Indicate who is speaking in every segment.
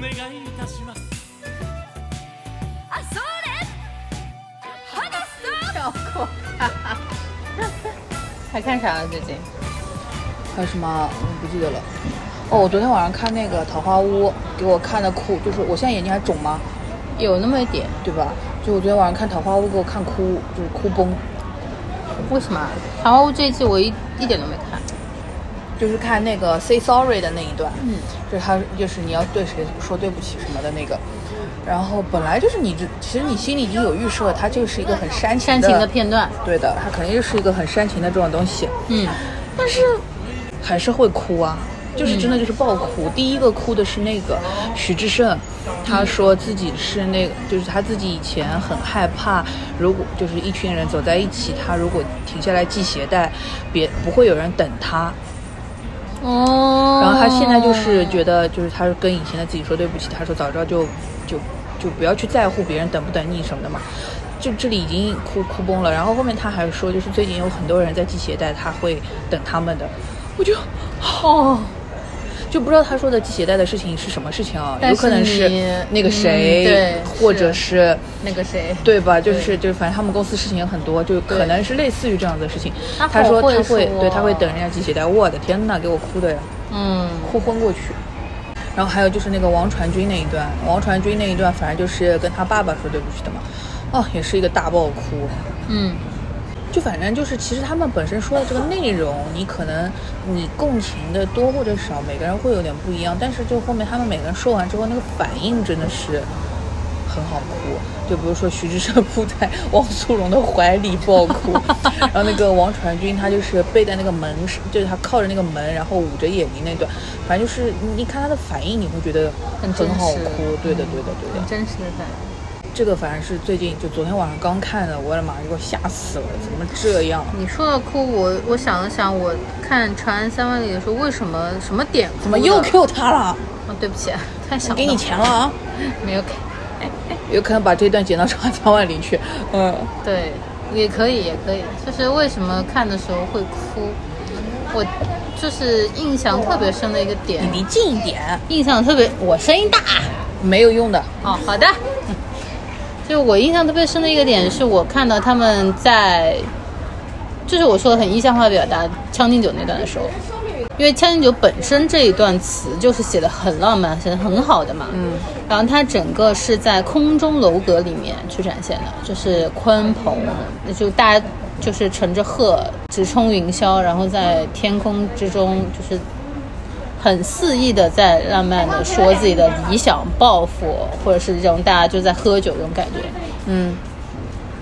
Speaker 1: 願いいたします
Speaker 2: あそれ話す
Speaker 3: 跳过，还看
Speaker 4: 啊
Speaker 3: 啥了最近？
Speaker 4: 还有什么？我不记得了。哦，我昨天晚上看那个《桃花坞》，给我看的哭，就是我现在眼睛还肿吗？
Speaker 3: 有那么一点，
Speaker 4: 对吧？就我昨天晚上看《桃花坞》，给我看哭，就是哭崩，
Speaker 3: 为什么？啊然后这一季我一一点都没看，
Speaker 4: 就是看那个 say sorry 的那一段，
Speaker 3: 嗯，
Speaker 4: 就是他就是你要对谁说对不起什么的那个。然后本来就是你这，其实你心里已经有预设，他就是一个很煽情
Speaker 3: 煽
Speaker 4: 的，
Speaker 3: 情的片段，
Speaker 4: 对的，他肯定就是一个很煽情的这种东西。
Speaker 3: 嗯，
Speaker 4: 但是还是会哭啊，就是真的就是爆哭。第一个哭的是那个徐志胜，他说自己是那个，就是他自己以前很害怕，如果就是一群人走在一起，他如果停下来系鞋带，别不会有人等他。
Speaker 3: 哦，
Speaker 4: 然后他现在就是觉得，就是他跟以前的自己说对不起，他说早知道就就就不要去在乎别人等不等你什么的嘛。就这里已经哭哭崩了，然后后面他还说，就是最近有很多人在系鞋带，他会等他们的。我就
Speaker 3: 哦，
Speaker 4: 就不知道他说的系鞋带的事情是什么事情啊？
Speaker 3: 但
Speaker 4: 有
Speaker 3: 是
Speaker 4: 可能是
Speaker 3: 你
Speaker 4: 那个谁，
Speaker 3: 嗯对
Speaker 4: 或者是
Speaker 3: 那个谁，
Speaker 4: 对吧？就是就是，反正他们公司事情也很多，就可
Speaker 3: 对
Speaker 4: 能是类似于这样子的事情。
Speaker 3: 他
Speaker 4: 他
Speaker 3: 好
Speaker 4: 说
Speaker 3: 会
Speaker 4: 他会
Speaker 3: 说哦
Speaker 4: 对他会等人家系鞋带，我的天呐，给我哭的呀！
Speaker 3: 嗯，
Speaker 4: 哭昏过去。然后还有就是那个王传君那一段，王传君那一段，反正就是跟他爸爸说对不起的嘛，哦，也是一个大爆哭。
Speaker 3: 嗯，
Speaker 4: 就反正就是，其实他们本身说的这个内容，你可能你共情的多或者少，每个人会有点不一样。但是就后面他们每个人说完之后，那个反应真的是很好哭。就比如说徐志胜扑在 汪苏泷的怀里爆哭，然后那个王传君他就是背在那个门，就是他靠着那个门，然后捂着眼睛那段，反正就是你看他的反应，你会觉得
Speaker 3: 很真
Speaker 4: 很好
Speaker 3: 实嗯
Speaker 4: 哭。对的，对的，对的
Speaker 3: 很。真实的反应。
Speaker 4: 这个反正是最近就昨天晚上刚看的，我的妈，给我吓死了！怎么这样？
Speaker 3: 你说到哭，我我想了想，我看《长安三万里》的时候，为什么什么点
Speaker 4: 怎么又
Speaker 3: 哭
Speaker 4: Q 他了？
Speaker 3: 的？哦，对不起， 太想
Speaker 4: 我给你
Speaker 3: 到
Speaker 4: 钱了啊！
Speaker 3: 没有给，
Speaker 4: 有可能把这段剪到长安三万里去。嗯，
Speaker 3: 对，也可以，也可以。就是为什么看的时候会哭，我就是印象特别深的一个点
Speaker 4: 你，离近一点，
Speaker 3: 印象特别，我声音大啊。
Speaker 4: 没有用的。
Speaker 3: 哦，好的。就我印象特别深的一个点，是我看到他们在，就是我说的很意象化表达《将进酒》那段的时候，因为《将进酒》本身这一段词就是写的很浪漫、写的很好的嘛。嗯。然后它整个是在空中楼阁里面去展现的，就是鲲鹏，就大家就是乘着鹤直冲云霄，然后在天空之中就是很肆意的在浪漫的说自己的理想抱负，或者是这种大家就在喝酒这种感觉。
Speaker 4: 嗯，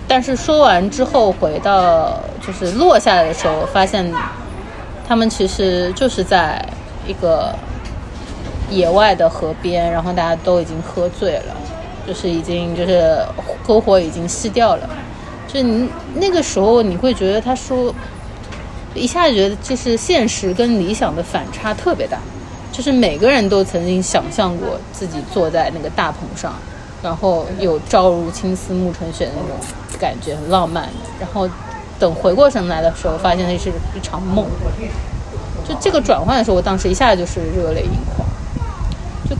Speaker 3: 但是说完之后，回到就是落下来的时候，发现他们其实就是在一个野外的河边，然后大家都已经喝醉了，就是已经就是篝火已经熄掉了。就你那个时候，你会觉得他说一下觉得就是现实跟理想的反差特别大，就是每个人都曾经想象过自己坐在那个大棚上，然后有朝如青丝暮成雪的那种感觉，很浪漫的。然后等回过神来的时候，发现那是一场梦。就这个转换的时候，我当时一下就是热泪盈眶，就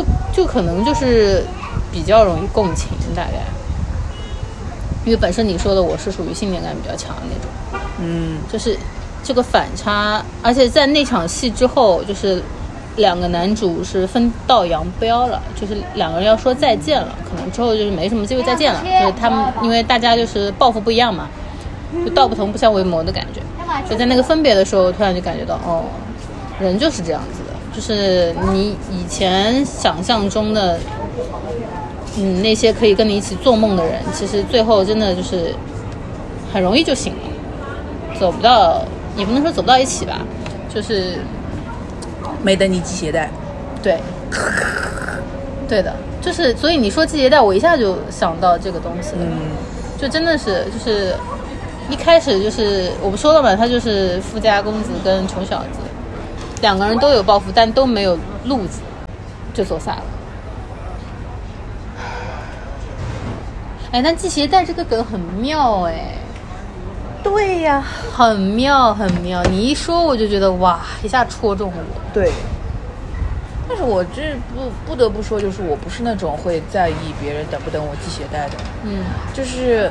Speaker 3: 就就可能就是比较容易共情，大概。因为本身你说的我是属于信念感比较强的那种，就是这个反差，而且在那场戏之后，就是两个男主是分道扬镳了，就是两个人要说再见了，可能之后就是没什么机会再见了，就是他们因为大家就是抱负不一样嘛，就道不同不相为谋的感觉，就在那个分别的时候，突然就感觉到哦，人就是这样子的，就是你以前想象中的。嗯，那些可以跟你一起做梦的人，其实最后真的就是很容易就醒了。走不到，也不能说走不到一起吧，就是
Speaker 4: 没等你系鞋带，
Speaker 3: 对，对的，就是所以你说季节带，我一下就想到这个东西了，
Speaker 4: 嗯
Speaker 3: 就真的是就是一开始就是我不说了嘛，他就是富家公子跟穷小子两个人都有抱负，但都没有路子，就走散了。哎，但系鞋带这个梗很妙哎，
Speaker 4: 对呀，
Speaker 3: 很妙很妙，你一说我就觉得哇，一下戳中我。
Speaker 4: 对。但是我这不不得不说，就是我不是那种会在意别人等不等我系鞋带的，
Speaker 3: 嗯，
Speaker 4: 就是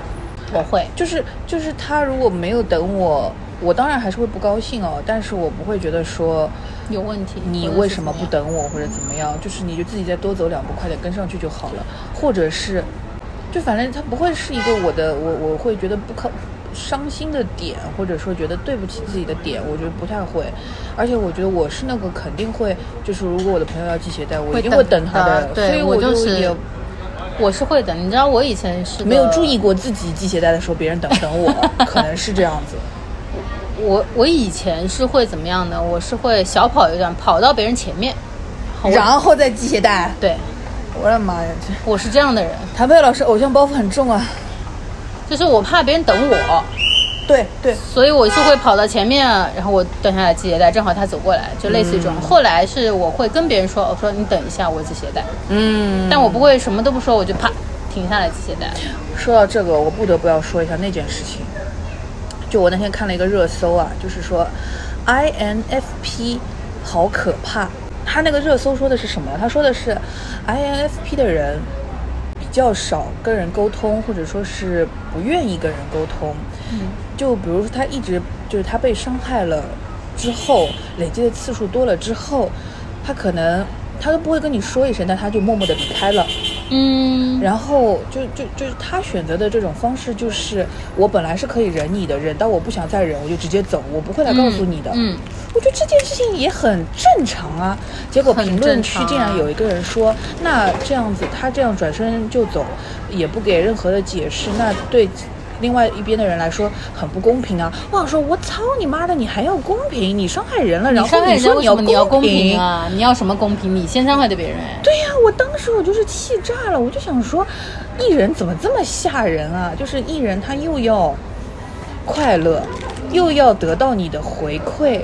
Speaker 3: 我会，
Speaker 4: 就是就是他如果没有等我，我当然还是会不高兴哦，但是我不会觉得说
Speaker 3: 有问题。
Speaker 4: 你为什么不？等我或者怎么样，就是你就自己再多走两步，快点跟上去就好了，或者是就反正他不会是一个我的我我会觉得不可。伤心的点，或者说觉得对不起自己的点，我觉得不太会，而且我觉得我是那个肯定会，就是如果我的朋友要系鞋带，我一定会等他
Speaker 3: 的，
Speaker 4: 所以
Speaker 3: 对我
Speaker 4: 就
Speaker 3: 就是
Speaker 4: 也
Speaker 3: 我是会的。你知道我以前是个
Speaker 4: 没有注意，过自己系鞋带的时候，别人等不等 我，可能是这样子。
Speaker 3: 我我以前是会怎么样呢？我是会小跑一段，跑到别人前面，好我
Speaker 4: 然后再系鞋带，
Speaker 3: 对，
Speaker 4: 我的妈呀！这
Speaker 3: 我是这样的人，
Speaker 4: 谭佩老师偶像包袱很重啊。
Speaker 3: 就是我怕别人等我，
Speaker 4: 对对，
Speaker 3: 所以我是会跑到前面，然后我蹲下来系鞋带，正好他走过来，就类似于这种。
Speaker 4: 嗯
Speaker 3: 后来是我会跟别人说，我说你等一下，我系鞋带，
Speaker 4: 嗯。
Speaker 3: 但我不会什么都不说，我就啪停下来系鞋带。
Speaker 4: 说到这个，我不得不要说一下那件事情。就我那天看了一个热搜啊，就是说 INFP 好可怕。他那个热搜说的是什么？他说的是 INFP 的人比较少跟人沟通，或者说是不愿意跟人沟通。就比如说他一直就是他被伤害了之后，累积的次数多了之后，他可能他都不会跟你说一声，但他就默默的离开了。
Speaker 3: 嗯，
Speaker 4: 然后就就就是他选择的这种方式，就是我本来是可以忍你的，忍到我不想再忍，我就直接走，我不会来告诉你的。
Speaker 3: 嗯嗯
Speaker 4: 我觉得这件事情也很正常啊。结果
Speaker 3: 很
Speaker 4: 评论区
Speaker 3: 正常啊
Speaker 4: 竟然有一个人说，那这样子他这样转身就走，也不给任何的解释，那对。另外一边的人来说很不公平啊！我想说，我操你妈的，你还要公平？你伤害人了，然
Speaker 3: 你伤
Speaker 4: 后
Speaker 3: 害人家
Speaker 4: 说
Speaker 3: 为什么你要公
Speaker 4: 公
Speaker 3: 平啊？你要什么公平？你先伤害的别人，哎
Speaker 4: 对呀、啊我当时我就是气炸了，我就想说，艺人怎么这么吓人啊？就是艺人他又要快乐，又要得到你的回馈，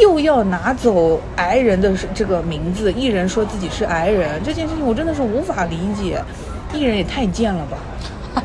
Speaker 4: 又要拿走癌人的这个名字，艺人说自己是癌人这件事情，我真的是无法理解，艺人也太贱了吧！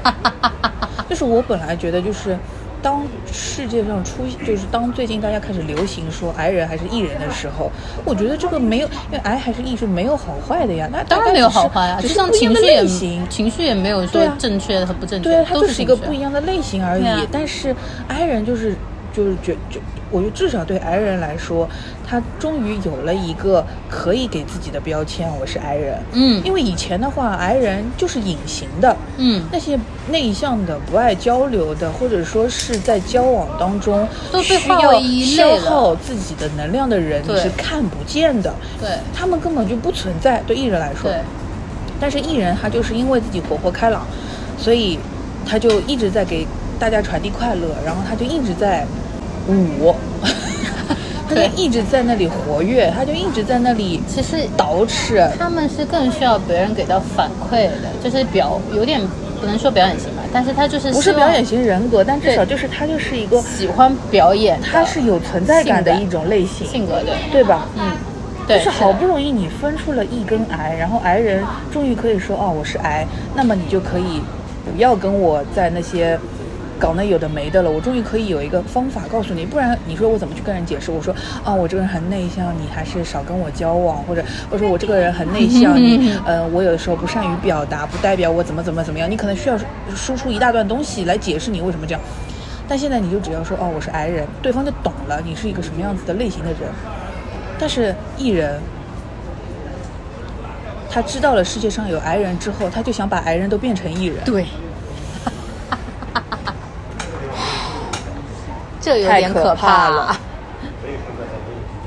Speaker 4: 就是我本来觉得就是。当世界上出，就是当最近大家开始流行说癌人还是艺人的时候，我觉得这个没有，因为癌还是艺是没有好坏的呀。那大
Speaker 3: 当
Speaker 4: 家
Speaker 3: 然没有
Speaker 4: 只是
Speaker 3: 好坏啊，
Speaker 4: 只
Speaker 3: 就是像
Speaker 4: 不一样
Speaker 3: 情
Speaker 4: 的
Speaker 3: 绪也
Speaker 4: 类型，
Speaker 3: 情绪也没有说
Speaker 4: 对啊
Speaker 3: 正确的和不正确
Speaker 4: 对啊
Speaker 3: 的，，
Speaker 4: 它
Speaker 3: 都
Speaker 4: 就是是一个
Speaker 3: 情绪
Speaker 4: 不一样的类型而已。
Speaker 3: 对啊
Speaker 4: 但是 I 人就是就是觉就，我觉得至少对 I 人来说，他终于有了一个可以给自己的标签，我是 I 人。
Speaker 3: 嗯
Speaker 4: 因为以前的话，I 人就是隐形的，
Speaker 3: 嗯，
Speaker 4: 那些内向的、不爱交流的，或者说是在交往当中
Speaker 3: 都被
Speaker 4: 需
Speaker 3: 划
Speaker 4: 要
Speaker 3: 为一类
Speaker 4: 消
Speaker 3: 了
Speaker 4: 耗自己的能量的人，你
Speaker 3: 对
Speaker 4: 是看不见的。
Speaker 3: 对
Speaker 4: 他们根本就不存在，对艺人来说。
Speaker 3: 对，
Speaker 4: 但是艺人他就是因为自己活泼开朗，所以他就一直在给大家传递快乐，然后他就一直在舞， 他就
Speaker 3: 对
Speaker 4: 一直在那里活跃，他就一直在那里
Speaker 3: 其实
Speaker 4: 捯饬。
Speaker 3: 他们是更需要别人给到反馈的，就是表有点不能说表演型吧，但是他就是
Speaker 4: 不
Speaker 3: 希
Speaker 4: 是
Speaker 3: 望
Speaker 4: 表演型人格，但至
Speaker 3: 对
Speaker 4: 少就是他就是一个，
Speaker 3: 喜欢表演的，
Speaker 4: 他是有存在感的一种类型，
Speaker 3: 性格对，
Speaker 4: 对吧？
Speaker 3: 嗯，对，
Speaker 4: 就是
Speaker 3: 的
Speaker 4: 好不容易你分出了一根癌，然后癌人终于可以说哦我是癌，那么你就可以不要跟我在那些搞那有的没的了，我终于可以有一个方法告诉你，不然你说我怎么去跟人解释？我说啊我这个人很内向，你还是少跟我交往，或者我说我这个人很内 向，你呃我有的时候不善于表达，不代表我怎么怎么怎么样，你可能需要输出一大段东西来解释你为什么这样。但现在你就只要说哦我是癌人，对方就懂了你是一个什么样子的类型的人。但是艺人，他知道了世界上有癌人之后，他就想把癌人都变成艺人，
Speaker 3: 对， 这有
Speaker 4: 太
Speaker 3: 点
Speaker 4: 可怕
Speaker 3: 怕
Speaker 4: 了。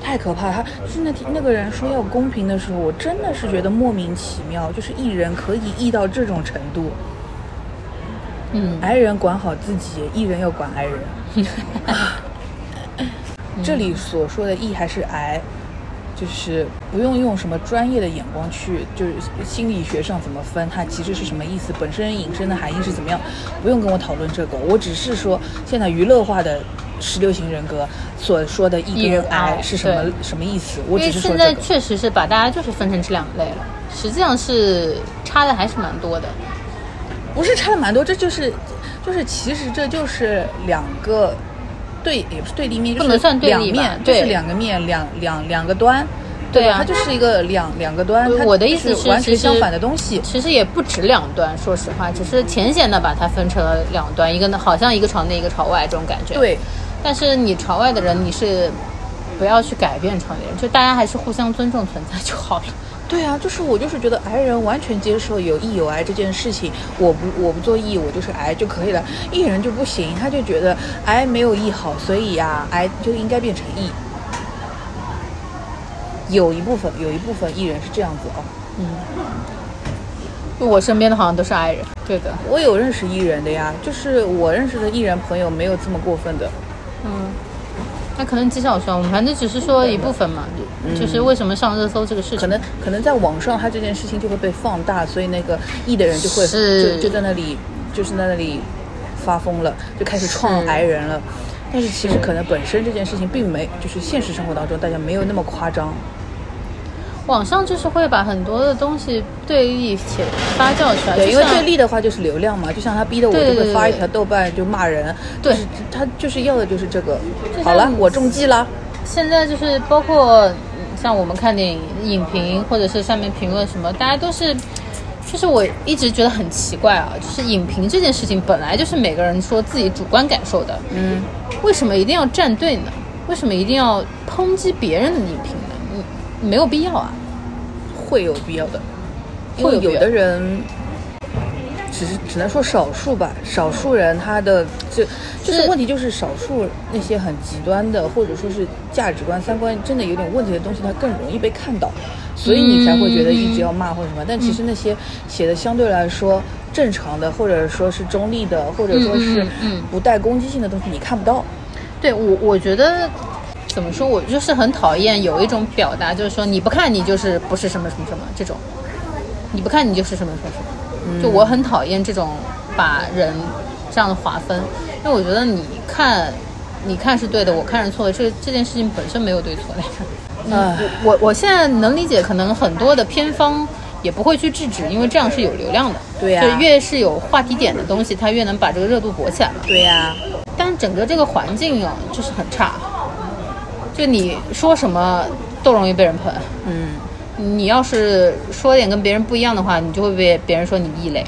Speaker 4: 太可怕了。他是那天那个人说要公平的时候，我真的是觉得莫名其妙，就是艺人可以艺到这种程度，
Speaker 3: 嗯，
Speaker 4: 癌人管好自己，艺人要管癌人。 这里所说的“艺”还是“癌”，就是不用用什么专业的眼光去，就是心理学上怎么分，它其实是什么意思，本身引申的含义是怎么样，不用跟我讨论这个。我只是说，现在娱乐化的十六型人格所说的“艺”
Speaker 3: 艺
Speaker 4: 跟
Speaker 3: 人
Speaker 4: “癌”
Speaker 3: 癌
Speaker 4: 是什么
Speaker 3: 对
Speaker 4: 什么意思，我
Speaker 3: 因
Speaker 4: 只是
Speaker 3: 为
Speaker 4: 说这
Speaker 3: 现在
Speaker 4: 个。
Speaker 3: 确实是把大家就是分成这两类了，实际上是差的还是蛮多的。
Speaker 4: 不是差的蛮多，这就是，就是其实这就是两个对，也不是对立面，
Speaker 3: 不能算对立
Speaker 4: 就是
Speaker 3: 吧
Speaker 4: 两面，
Speaker 3: 对
Speaker 4: 就是两个面，两两两个端，
Speaker 3: 对啊
Speaker 4: 它就是一个两两个端，它
Speaker 3: 我的
Speaker 4: 就
Speaker 3: 意思
Speaker 4: 是
Speaker 3: 是，
Speaker 4: 完
Speaker 3: 其
Speaker 4: 全
Speaker 3: 实
Speaker 4: 相反的东西。
Speaker 3: 其实也不止两端，说实话，只是浅显的把它分成了两端，一个呢好像一个朝内，一个朝外这种感觉。。
Speaker 4: 对，
Speaker 3: 但是你朝外的人，你是不要去改变朝内人，就大家还是互相尊重存在就好了。
Speaker 4: 对啊，就是我就是觉得癌人完全接受有易有癌这件事情，我不我不做易，我就是癌就可以了。艺人就不行，他就觉得癌没有易好，所以呀、癌就应该变成易。有一部分有一部分艺人是这样子哦，
Speaker 3: 就我身边的好像都是 I 人。对的，
Speaker 4: 我有认识艺人的呀，就是我认识的艺人朋友没有这么过分的。
Speaker 3: 那可能极少数啊，我们反正只是说一部分嘛，就是为什么上热搜这个事情，
Speaker 4: 嗯可能可能在网上，他这件事情就会被放大，所以那个 E 的人就会
Speaker 3: 是
Speaker 4: 就就在那里就是在那里发疯了，就开始创癌人了。但是其实可能本身这件事情并没，就是现实生活当中大家没有那么夸张。
Speaker 3: 网上就是会把很多的东西对立且发酵出来，
Speaker 4: 对，
Speaker 3: 啊就
Speaker 4: 因为
Speaker 3: 像
Speaker 4: 对立的话就是流量嘛，就像他逼得我
Speaker 3: 对
Speaker 4: 就
Speaker 3: 对
Speaker 4: 会发
Speaker 3: 对
Speaker 4: 一条豆瓣就骂人，
Speaker 3: 对
Speaker 4: 就是他就是要的就是这个。
Speaker 3: 就
Speaker 4: 好了
Speaker 3: 像，
Speaker 4: 我中计了。
Speaker 3: 现在就是包括嗯像我们看电影影评或者是下面评论什么，大家都是，就是我一直觉得很奇怪啊，就是影评这件事情本来就是每个人说自己主观感受的，
Speaker 4: 嗯，
Speaker 3: 为什么一定要站队呢？为什么一定要抨击别人的影评呢？你你没有必要啊。
Speaker 4: 会有必要的，因
Speaker 3: 会
Speaker 4: 为
Speaker 3: 有必要
Speaker 4: 有的人只是只能说少数吧，少数人他的这就是
Speaker 3: 是
Speaker 4: 问题，就是少数那些很极端的，或者说是价值观、三观真的有点问题的东西，它更容易被看到，所以你才会觉得一直要骂或者什么。但其
Speaker 3: 嗯
Speaker 4: 实那些写的相对来说正常的，或者说是中立的，或者说是
Speaker 3: 嗯嗯嗯
Speaker 4: 不带攻击性的东西，你看不到。
Speaker 3: 对我，我觉得怎么说，我就是很讨厌有一种表达，就是说你不看你就是不是什么什么什么这种，你不看你就是什么什么什
Speaker 4: 嗯
Speaker 3: 么，就我很讨厌这种把人这样的划分，因为我觉得你看你看是对的，我看是错的，这这件事情本身没有对错的。嗯
Speaker 4: 唉
Speaker 3: 我我我现在能理解，可能很多的偏方也不会去制止，因为这样是有流量的。
Speaker 4: 对呀
Speaker 3: 就越是有话题点的东西，它越能把这个热度博起来嘛。
Speaker 4: 对呀、
Speaker 3: 但整个这个环境哦，就是很差，就你说什么都容易被人喷。
Speaker 4: 嗯，
Speaker 3: 你要是说点跟别人不一样的话，你就会被别人说你异类。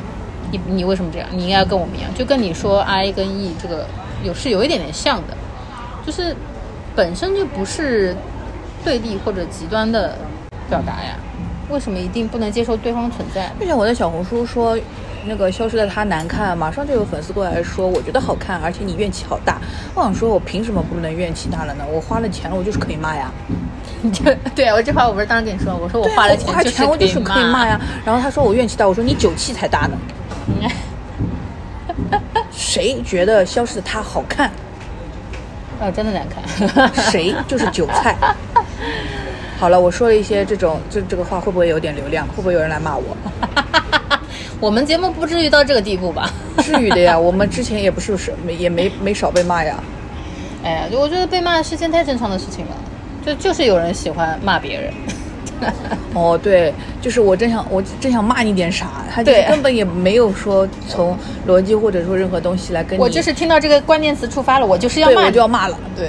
Speaker 3: 你你为什么这样？你应该跟我们一样，就跟你说 I 跟 E 这个有是有一点点像的，就是本身就不是对立或者极端的表达呀。为什么一定不能接受对方的存在呢？
Speaker 4: 就像我在小红书说，那个消失的她难看，马上就有粉丝过来说，我觉得好看，而且你怨气好大。我想说，我凭什么不能怨气大了呢？我花了钱了，我就是可以骂呀。
Speaker 3: 你就 对我这话我不是当时跟你说，我说我
Speaker 4: 对啊
Speaker 3: 花了
Speaker 4: 我花钱我
Speaker 3: 就
Speaker 4: 就是可以骂呀。然后他说我怨气大，我说你酒气才大呢。 谁觉得消失的她好看，
Speaker 3: 啊，真的难看。
Speaker 4: 谁就是韭 菜。好了，我说了一些这种这这个话，会不会有点流量？会不会有人来骂我？
Speaker 3: 我们节目不至于到这个地步吧？
Speaker 4: 至于的呀，我们之前也不是是没也没没少被骂呀。
Speaker 3: 哎呀，我觉得被骂是件太正常的事情了，就就是有人喜欢骂别人。
Speaker 4: 哦，对，就是我真想，我真想骂你点啥，他就是
Speaker 3: 对
Speaker 4: 根本也没有说从逻辑或者说任何东西来跟你，
Speaker 3: 我就是听到这个关键词触发了，我就是要
Speaker 4: 对，
Speaker 3: 骂
Speaker 4: 我
Speaker 3: 你
Speaker 4: 就要骂了，对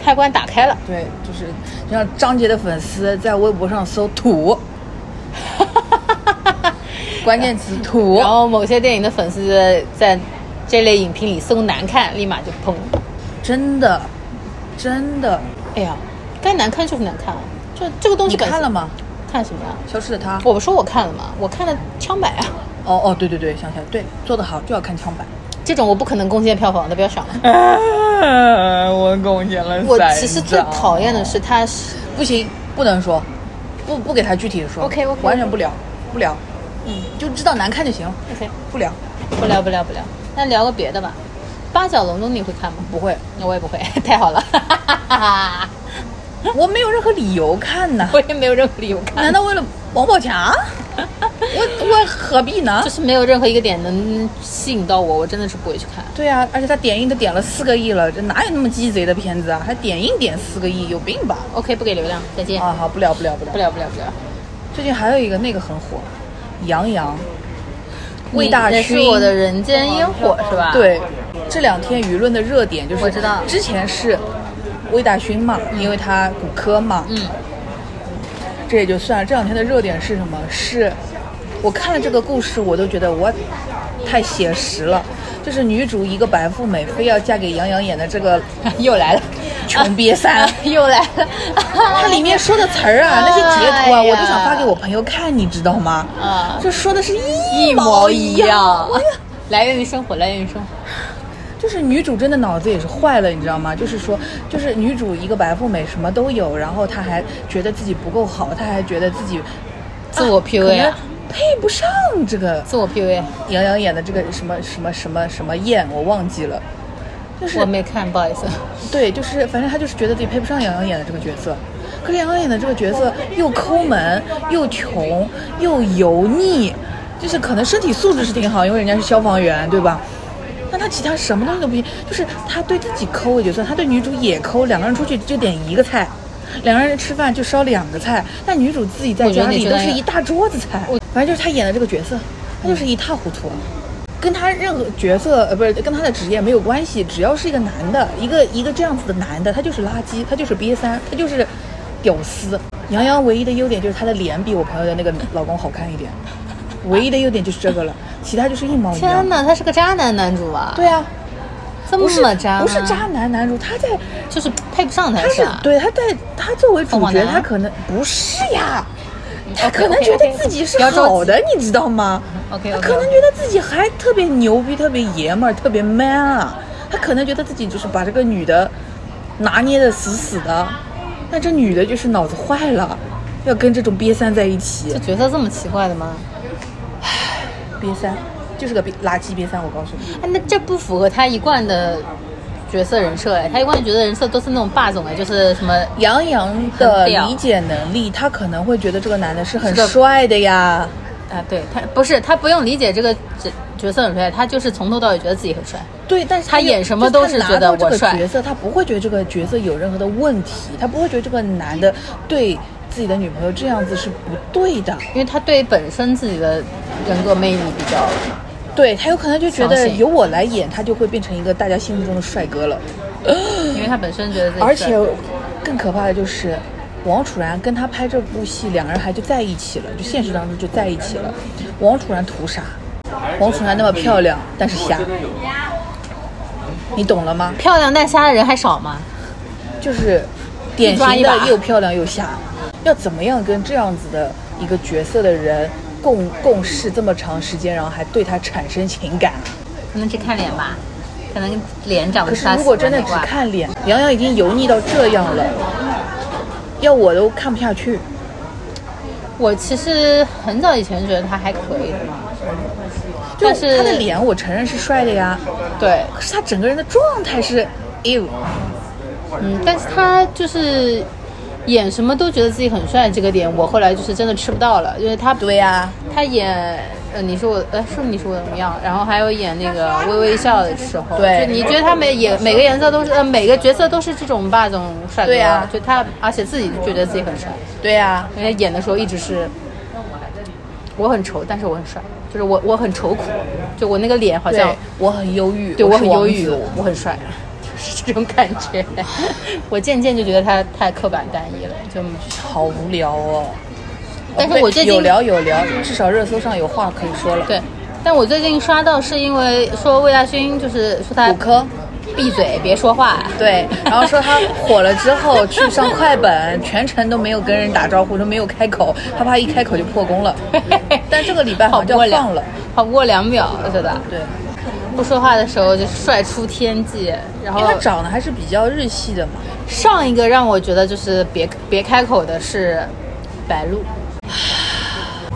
Speaker 3: 开关打开了。
Speaker 4: 对，就是就像张杰的粉丝在微博上搜“土”，关键词“ 土
Speaker 3: 然后某些电影的粉丝在这类影评里搜难看，立马就砰。”，
Speaker 4: 真的，真的，
Speaker 3: 哎呀，该难看就是难看啊，这这个东西
Speaker 4: 你
Speaker 3: 本身
Speaker 4: 看了？吗？
Speaker 3: 看什么呀？
Speaker 4: 消失的他，
Speaker 3: 我不说我看了吗？我看了枪版啊，
Speaker 4: 哦哦，对对对，想起来，对，做得好就要看枪版。
Speaker 3: 这种我不可能贡献票房的，不要想了。
Speaker 4: 啊、我贡献了
Speaker 3: 我其实最讨厌的是他是
Speaker 4: 不行，不能说，不不给他具体的说。
Speaker 3: OK，OK，OK
Speaker 4: 完全不聊，不聊，嗯，就知道难看就行，
Speaker 3: OK。
Speaker 4: 不聊，
Speaker 3: 不聊不聊不聊，那聊个别的吧。八角笼中你会看吗？
Speaker 4: 不会，
Speaker 3: 那我也不会， 太好了，
Speaker 4: 我没有任何理由看 呐。
Speaker 3: 我也没有任何理由看，
Speaker 4: 难道为了王宝强？我我何必 呢
Speaker 3: 就？是没有任何一个点能吸引到我，我真的是不会去看。
Speaker 4: 对啊，而且他点映都点了四个亿了，这哪有那么鸡贼的片子啊？还点映点四个亿，有病 吧？
Speaker 3: OK，不给流量，再见。
Speaker 4: 啊，好，不聊不聊不聊
Speaker 3: 不。聊不聊不聊，
Speaker 4: 最近还有一个那个很火，杨洋，魏大
Speaker 3: 你
Speaker 4: 勋。
Speaker 3: 那是我的人间烟火是吧？，
Speaker 4: 对，这两天舆论的热点就是，
Speaker 3: 啊我知道
Speaker 4: 之前是魏大勋嘛，因为他骨科嘛，
Speaker 3: 嗯，
Speaker 4: 这也就算了。这两天的热点是什么？是我看了这个故事，我都觉得我太写实了。就是女主一个白富美，非要嫁给杨洋演的这个
Speaker 3: 又来了，
Speaker 4: 穷瘪 三。
Speaker 3: 又来了，
Speaker 4: 它里面说的词儿啊，那些截图啊，
Speaker 3: 哎呀
Speaker 4: 我都想发给我朋友看，你知道吗？
Speaker 3: 啊
Speaker 4: 这说的是一
Speaker 3: 一
Speaker 4: 模
Speaker 3: 模
Speaker 4: 一
Speaker 3: 一
Speaker 4: 样
Speaker 3: 样。来源于生活，来源于生活，
Speaker 4: 就是女主真的脑子也是坏了，你知道吗？就是说，就是女主一个白富美什么都有，然后她还觉得自己不够好，她还觉得自己
Speaker 3: 自我
Speaker 4: 可
Speaker 3: PUA，、
Speaker 4: 能
Speaker 3: 啊、
Speaker 4: 配不上这个
Speaker 3: 自我 PUA，
Speaker 4: 杨洋演的这个什么什么什么什么燕，我忘记了。就是
Speaker 3: 我没看，不好意思。
Speaker 4: 对，就是反正她就是觉得自己配不上杨洋演的这个角色。可是杨洋演的这个角色又抠门，又穷，又油腻，就是可能身体素质是挺好，因为人家是消防员，对吧？但他其他什么东西都不行，就是他对自己抠也就算，他对女主也抠，两个人出去就点一个菜，两个人吃饭就烧两个菜，但女主自己在
Speaker 3: 我觉
Speaker 4: 家
Speaker 3: 得你
Speaker 4: 里
Speaker 3: 这
Speaker 4: 都
Speaker 3: 个
Speaker 4: 是一大桌子菜
Speaker 3: 我。
Speaker 4: 反正就是他演的这个角色，他就是一塌糊涂。跟他任何角色呃不是跟他的职业没有关系，只要是一个男的，一个一个这样子的男的，他就是垃圾，他就是瘪三，他就是屌丝。杨洋唯一的优点就是他的脸比我朋友的那个老公好看一点， 唯一的优点就是这个了，其他就是一毛一样
Speaker 3: 天。哪，他是个渣男男主啊！，
Speaker 4: 对啊，
Speaker 3: 这
Speaker 4: 不
Speaker 3: 么
Speaker 4: 是
Speaker 3: 渣、
Speaker 4: 不是渣，男男主，他在
Speaker 3: 就是配不上他
Speaker 4: 他是
Speaker 3: 吧？
Speaker 4: 对他在他作为主
Speaker 3: 凤凰
Speaker 4: 角，
Speaker 3: 男
Speaker 4: 他可能不是呀，他
Speaker 3: OK，
Speaker 4: 可能
Speaker 3: OK，
Speaker 4: 觉得
Speaker 3: OK，
Speaker 4: 自己是
Speaker 3: 不要着
Speaker 4: 好
Speaker 3: 急
Speaker 4: 的，你知道吗
Speaker 3: OK，OK，
Speaker 4: 他可能
Speaker 3: OK
Speaker 4: 觉得自己还特别牛逼，特别爷们儿，特别 man 啊，他可能觉得自己就是把这个女的拿捏的死死的，但这女的就是脑子坏了，要跟这种瘪三在一起
Speaker 3: 这，角色这么奇怪的吗？
Speaker 4: 瘪三就是个瘪垃圾瘪三，我告诉你，
Speaker 3: 哎，那这不符合他一贯的角色人设哎，他一贯的角色人设都是那种霸总哎，就是什么
Speaker 4: 杨洋的
Speaker 3: 很屌
Speaker 4: 理解能力，他可能会觉得这个男的是很
Speaker 3: 是个
Speaker 4: 帅的呀。
Speaker 3: 啊，对他不是他不用理解这个角角色很帅，他就是从头到尾觉得自己很帅。
Speaker 4: 对，但是
Speaker 3: 他演什么都是觉得我帅
Speaker 4: 就是他拿到这个角色他不会觉得这个角色有任何的问题，他不会觉得这个男的对自己的女朋友这样子是不对的。
Speaker 3: 因为他对本身自己的人格魅力比较，
Speaker 4: 对他有可能就觉
Speaker 3: 相
Speaker 4: 得
Speaker 3: 信
Speaker 4: 由我来演，他就会变成一个大家心目中的帅哥了。
Speaker 3: 因为他本身觉得自己
Speaker 4: 而
Speaker 3: 帅
Speaker 4: 且更可怕的就是，王楚然跟他拍这部戏，两人还就在一起了，就现实当中就在一起了。王楚然图啥？王楚然那么漂亮，但是瞎，你懂了吗？
Speaker 3: 漂亮但瞎的人还少吗？
Speaker 4: 就是典
Speaker 3: 一抓
Speaker 4: 型
Speaker 3: 一
Speaker 4: 的
Speaker 3: 把
Speaker 4: 又漂亮又瞎。要怎么样跟这样子的一个角色的人共共事这么长时间，然后还对他产生情感？
Speaker 3: 可能只看脸吧，可能脸长
Speaker 4: 可
Speaker 3: 不
Speaker 4: 是
Speaker 3: 哦出他
Speaker 4: 如
Speaker 3: 喜
Speaker 4: 果
Speaker 3: 欢
Speaker 4: 真的
Speaker 3: 那
Speaker 4: 只
Speaker 3: 块。
Speaker 4: 看脸，杨洋已经油腻到这样了，要我都看不下去。
Speaker 3: 我其实很早以前觉得他还可以的，
Speaker 4: 就
Speaker 3: 但是
Speaker 4: 他的脸，我承认是帅的呀，
Speaker 3: 对，
Speaker 4: 可是他整个人的状态是，哎呦，
Speaker 3: 嗯，但是他就是演什么都觉得自己很帅，这个点我后来就是真的吃不到了，因为他
Speaker 4: 对呀、
Speaker 3: 他演呃，你说我呃，是不是你说我怎么样？然后还有演那个微微一笑的时候，
Speaker 4: 对
Speaker 3: 就你觉得他每演每个颜色都是呃每个角色都是这种霸总帅哥，啊
Speaker 4: 对呀
Speaker 3: 就他而且自己觉得自己很帅，
Speaker 4: 对呀、
Speaker 3: 因为他演的时候一直是我很丑，但是我很帅，就是我我很愁苦，就我那个脸好
Speaker 4: 好
Speaker 3: 像
Speaker 4: 像我很忧郁，
Speaker 3: 对我
Speaker 4: 是
Speaker 3: 很
Speaker 4: 王
Speaker 3: 忧郁
Speaker 4: 子，
Speaker 3: 我很帅，啊就是这种感觉。 我渐渐就觉得他太刻板单一了，就
Speaker 4: 好无聊哦。
Speaker 3: 但是
Speaker 4: 哦对
Speaker 3: 我最近
Speaker 4: 有聊有聊，至少热搜上有话可以说了。，
Speaker 3: 对。但我最近刷到是因为说魏大勋就是说他
Speaker 4: 骨科，
Speaker 3: 闭嘴别说话，
Speaker 4: 对，然后说他火了之后去上快本，全程都没有跟人打招呼，都没有开口，他怕一开口就破功了。但这个礼拜
Speaker 3: 跑
Speaker 4: 好
Speaker 3: 不过
Speaker 4: 像
Speaker 3: 两
Speaker 4: 放了，
Speaker 3: 跑不过两秒，我觉得
Speaker 4: 对，
Speaker 3: 不说话的时候就帅出天际。然
Speaker 4: 因
Speaker 3: 后
Speaker 4: 哎为他长得还是比较日系的嘛。
Speaker 3: 上一个让我觉得就是别别开口的是白鹿，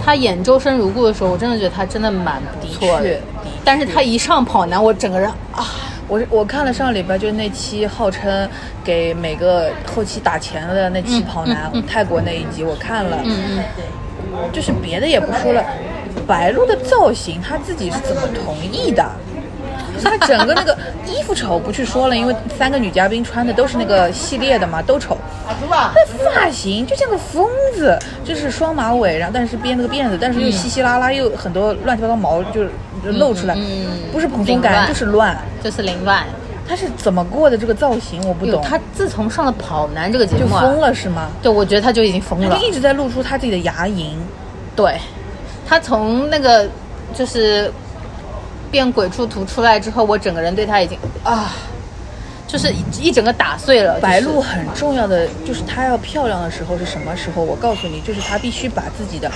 Speaker 3: 他演《周生如故》的时候，我真的觉得他真的蛮不
Speaker 4: 的
Speaker 3: 错
Speaker 4: 确
Speaker 3: 的
Speaker 4: 的确，
Speaker 3: 但是他一上跑男，我整个人啊，
Speaker 4: 我是我看了上礼拜就是那期号称给每个后期打钱的那期跑男、泰国那一集，我看了，
Speaker 3: 嗯嗯，
Speaker 4: 就是别的也不说了，白鹿的造型他自己是怎么同意的？就是他整个那个衣服丑不去说了，因为三个女嘉宾穿的都是那个系列的嘛，都丑。他的发型就像个疯子，就是双马尾，然后但是编了个辫子，但是
Speaker 3: 嗯
Speaker 4: 又稀稀拉拉，又很多乱七八糟毛就是露出来，
Speaker 3: 嗯嗯嗯
Speaker 4: 不是蓬松感
Speaker 3: 凌乱
Speaker 4: 就是乱。
Speaker 3: 就是凌乱，
Speaker 4: 他是怎么过的这个造型？我不
Speaker 3: 有
Speaker 4: 懂，
Speaker 3: 他自从上了《跑男》这个节
Speaker 4: 就
Speaker 3: 目、啊，
Speaker 4: 疯了是吗？
Speaker 3: 对，我觉得他就已经疯
Speaker 4: 他
Speaker 3: 了
Speaker 4: 就。一直在露出他自己的牙龈，
Speaker 3: 对，他从那个就是变鬼畜图出来之后，我整个人对他已经啊，就是一一整个打碎了。
Speaker 4: 白
Speaker 3: 就是
Speaker 4: 鹿很重要的就是她要漂亮的时候是什么时候？我告诉你，就是她必须把自己的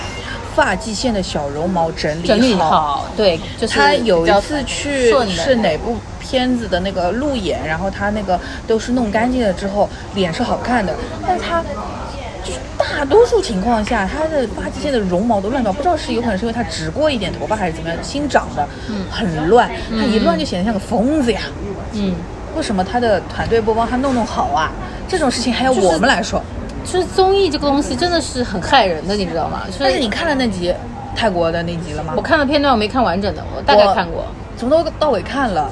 Speaker 4: 发际线的小绒毛整理
Speaker 3: 整理好，对，就是
Speaker 4: 她有
Speaker 3: 比较
Speaker 4: 一次去
Speaker 3: 顺的
Speaker 4: 是哪部片子的那个路演，然后她那个都是弄干净了之后，脸是好看的，但是她就是大多数情况下，她的发际线的绒毛都乱掉，不知道是有可能是因为她植过一点头发还是怎么样，新长的，很乱，她一乱就显得像个疯子呀。
Speaker 3: 嗯，
Speaker 4: 为什么他的团队不帮他弄弄好啊？这种事情还要我们来说。
Speaker 3: 就是综艺这个东西真的是很害人的，你知道吗？就
Speaker 4: 但是你看了那集泰国的那集了吗？
Speaker 3: 我看了片段，我没看完整的，我大概看过。
Speaker 4: 从头到尾看了，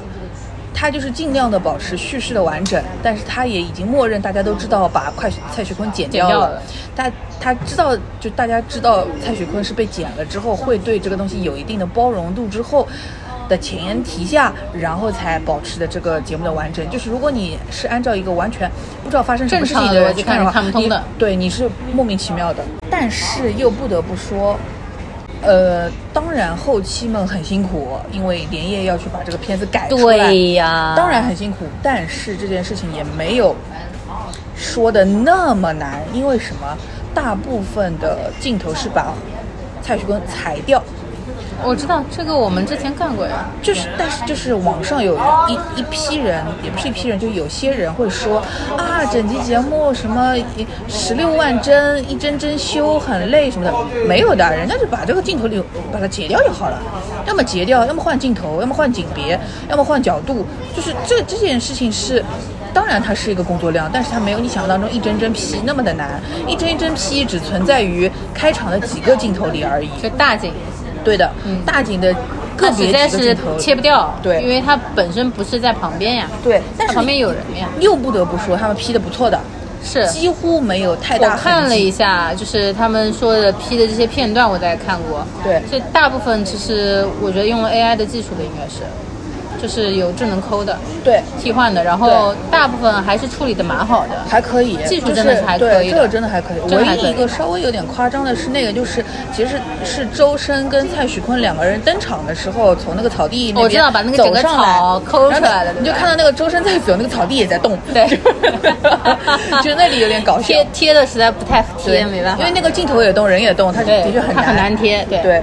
Speaker 4: 他就是尽量的保持叙事的完整，但是他也已经默认大家都知道把快蔡徐坤剪掉
Speaker 3: 剪掉
Speaker 4: 了
Speaker 3: 了。
Speaker 4: 他他知道，就大家知道蔡徐坤是被剪了之后，会对这个东西有一定的包容度之后。的前提下，然后才保持的这个节目的完整。就是如果你是按照一个完全不知道发生什么事情的人去看的话，
Speaker 3: 正常的逻辑看是看不通的
Speaker 4: 你对，你是莫名其妙的。但是又不得不说，呃，当然后期们很辛苦，因为连夜要去把这个片子改出来，
Speaker 3: 对呀、
Speaker 4: 当然很辛苦。但是这件事情也没有说的那么难，因为什么？大部分的镜头是把蔡徐坤裁掉，
Speaker 3: 我知道这个，我们之前干过呀。
Speaker 4: 就是，但是就是网上有一一批人，也不是一批人，就有些人会说啊，整集节目什么十六万帧，一帧帧修很累什么的，没有的，人家就把这个镜头里把它截掉就好了，要么截掉，要么换镜头，要么换景别，要么换角度，就是这这件事情是。当然，它是一个工作量，但是它没有你想当中一帧帧 P 那么的难，一帧一帧 P 只存在于开场的几个镜头里而已。
Speaker 3: 就大景，
Speaker 4: 对的，大景的个
Speaker 3: 它
Speaker 4: 别
Speaker 3: 嗯实
Speaker 4: 几
Speaker 3: 在
Speaker 4: 个
Speaker 3: 是
Speaker 4: 镜头
Speaker 3: 切不掉，
Speaker 4: 对
Speaker 3: 因为它本身不是在旁边呀，
Speaker 4: 对但
Speaker 3: 它
Speaker 4: 是
Speaker 3: 旁边有人呀，
Speaker 4: 又不得不说他们 P 的不错的，
Speaker 3: 是。
Speaker 4: 几乎没有太
Speaker 3: 我
Speaker 4: 大
Speaker 3: 看
Speaker 4: 痕
Speaker 3: 了
Speaker 4: 迹。
Speaker 3: 一下，就是他们说的 P 的这些片段，我大概看过。
Speaker 4: 对
Speaker 3: 所以大部分其实我觉得用了 AI 的技术的应该是，就是有智能抠的、
Speaker 4: 对，
Speaker 3: 替换的，然后大部分还是处理的蛮好的。
Speaker 4: 还可以，
Speaker 3: 技术
Speaker 4: 就是
Speaker 3: 真的是还可以
Speaker 4: 对，
Speaker 3: 的
Speaker 4: 这个真的还可以。
Speaker 3: 真的还
Speaker 4: 唯
Speaker 3: 可
Speaker 4: 一
Speaker 3: 以
Speaker 4: 一个稍微有点夸张的是那个，就是其实是周深跟蔡徐坤两个人登场的时候，从那个草地那边
Speaker 3: 我知道把那个整个
Speaker 4: 走上来
Speaker 3: 草抠出来
Speaker 4: 然后
Speaker 3: 的对吧
Speaker 4: 你就看到那个周深在走，那个草地也在动。
Speaker 3: 对
Speaker 4: 就那里有点搞笑。
Speaker 3: 贴贴的实在不太
Speaker 4: 对
Speaker 3: 贴，没办法，
Speaker 4: 因为那个镜头也动，人也动，它就
Speaker 3: 对
Speaker 4: 的确很
Speaker 3: 它
Speaker 4: 难
Speaker 3: 很难贴对
Speaker 4: 对，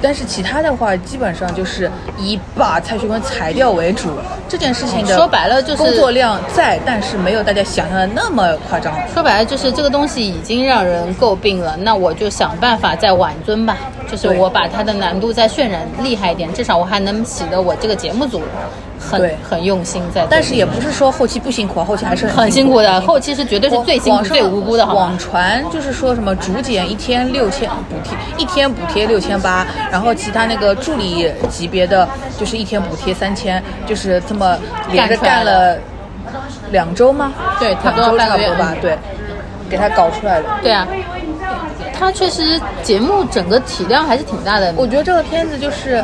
Speaker 4: 但是其他的话，基本上就是以把蔡徐坤裁掉为主。这件事情的
Speaker 3: 嗯说白了就是
Speaker 4: 工作量在，但是没有大家想象的那么夸张。
Speaker 3: 说白了就是这个东西已经让人诟病了，那我就想办法再挽尊吧，就是
Speaker 4: 对
Speaker 3: 我把它的难度再渲染厉害一点，至少我还能使得我这个节目组很
Speaker 4: 对
Speaker 3: 很用心在做。
Speaker 4: 但是也不是说后期不辛苦啊，后期还是
Speaker 3: 很辛苦的，后
Speaker 4: 期
Speaker 3: 期是绝对是最辛苦、最无辜的，好
Speaker 4: 网
Speaker 3: 吗？
Speaker 4: 传就是说什么主检一天六千补贴，一天补贴六千八，然后其他那个助理级别的就是一天补贴三千，就是这么连着干了两周吗？
Speaker 3: 对差不
Speaker 4: 两
Speaker 3: 多
Speaker 4: 周
Speaker 3: 半
Speaker 4: 差
Speaker 3: 个
Speaker 4: 不
Speaker 3: 月
Speaker 4: 多吧
Speaker 3: 嗯，
Speaker 4: 对，给他搞出来了。
Speaker 3: 对啊，它确实节目整个体量还是挺大的。
Speaker 4: 我觉得这个片子就是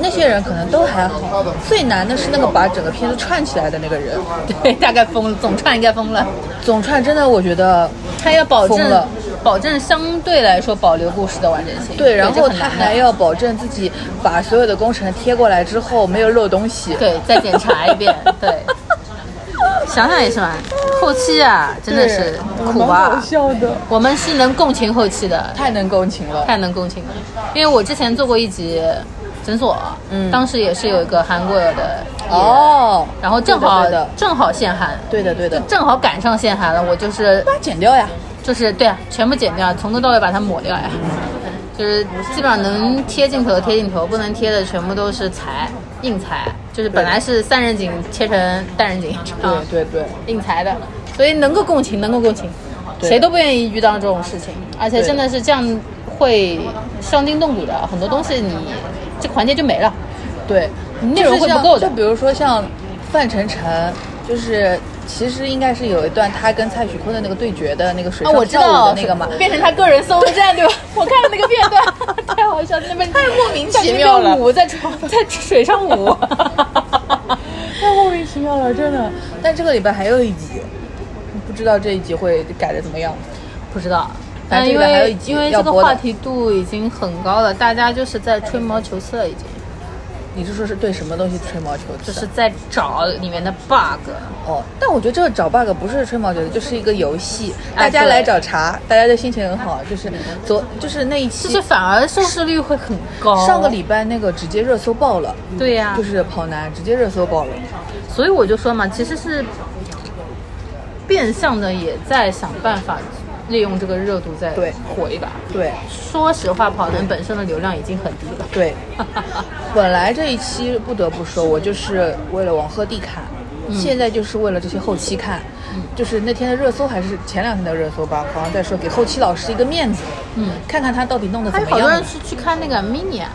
Speaker 4: 那些人可能都还好，最难的是那个把整个片子串起来的那个人，
Speaker 3: 对，大概疯了，总串应该疯了。
Speaker 4: 总串真的我觉得
Speaker 3: 他要保
Speaker 4: 疯
Speaker 3: 证
Speaker 4: 了
Speaker 3: 保证相对来说保留故事的完整性。
Speaker 4: 对，然
Speaker 3: 这
Speaker 4: 后
Speaker 3: 很
Speaker 4: 他
Speaker 3: 难的
Speaker 4: 还要保证自己把所有的工程贴过来之后没有漏东西。。
Speaker 3: 对再检查一遍 对，想想也是蛮后期啊，真的是
Speaker 4: 我
Speaker 3: 苦
Speaker 4: 蛮好
Speaker 3: 啊。
Speaker 4: 笑的，
Speaker 3: 我们是能共情后期的，
Speaker 4: 太能共情了。
Speaker 3: 太能共情了。因为我之前做过一集诊所，
Speaker 4: 嗯
Speaker 3: 当时也是有一个韩国的艺人，
Speaker 4: 哦，
Speaker 3: 然后正好
Speaker 4: 对的
Speaker 3: 正好限韩，
Speaker 4: 对的，对的，
Speaker 3: 正好赶上限韩了，我就是
Speaker 4: 把它剪掉呀。
Speaker 3: 就是对啊，全部剪掉，从头到尾把它抹掉呀，就是基本上能贴镜头的贴镜头，不能贴的全部都是裁硬裁，就是本来是三人景切成单人景，啊
Speaker 4: 对对对，
Speaker 3: 硬裁的，所以能够共情，能够共情，
Speaker 4: 对
Speaker 3: 谁都不愿意遇到这种事情，而且真的是这样会伤筋动骨的，很多东西你这个环节就没了，
Speaker 4: 对，
Speaker 3: 嗯内容会不够的
Speaker 4: 就比如说像范丞丞，就是其实应该是有一段他跟蔡徐坤的那个对决的那个水
Speaker 3: 啊，
Speaker 4: 上
Speaker 3: 我知
Speaker 4: 跳
Speaker 3: 道
Speaker 4: 舞的那个嘛，
Speaker 3: 变成他个人搜战 对吧？我看了那个片段，太好笑，那边太
Speaker 4: 莫名其妙了
Speaker 3: 舞在床在水上舞，
Speaker 4: 太莫名莫名其妙了，真的。但这个礼拜还有一集，不知道这一集会改的怎么样。
Speaker 3: 不知道。
Speaker 4: 反
Speaker 3: 但
Speaker 4: 正这
Speaker 3: 嗯因
Speaker 4: 个还有一
Speaker 3: 为
Speaker 4: 集
Speaker 3: 因为
Speaker 4: 要
Speaker 3: 这个
Speaker 4: 播的
Speaker 3: 话题度已经很高了，大家就是在吹毛求疵，已经
Speaker 4: 你是说是对什么东西吹毛求疵？
Speaker 3: 就是在找里面的 bug。
Speaker 4: 哦，但我觉得这个找 bug 不是吹毛求疵，就是一个游戏，
Speaker 3: 哎
Speaker 4: 大家
Speaker 3: 对
Speaker 4: 来找茬，大家的心情很好。就是昨就是那一期
Speaker 3: 就是反而收视率会很高。
Speaker 4: 上个礼拜那个直接热搜爆了，
Speaker 3: 对啊呀、
Speaker 4: 就是跑男直接热搜爆了。
Speaker 3: 所以我就说嘛，其实是变相的也在想办法利用这个热度再
Speaker 4: 对
Speaker 3: 火一把。
Speaker 4: 对
Speaker 3: 说实话，跑男本身的流量已经很低了。
Speaker 4: 对， 本来这一期不得不说，我就是为了王鹤棣看，
Speaker 3: 嗯
Speaker 4: 现在就是为了这些后期看。就是那天的热搜还是前两天的热搜吧，好像在说给后期老师一个面子，
Speaker 3: 嗯，
Speaker 4: 看看他到底弄得
Speaker 3: 还
Speaker 4: 怎
Speaker 3: 有
Speaker 4: 么样。
Speaker 3: 好多人是去看那个 mini 啊，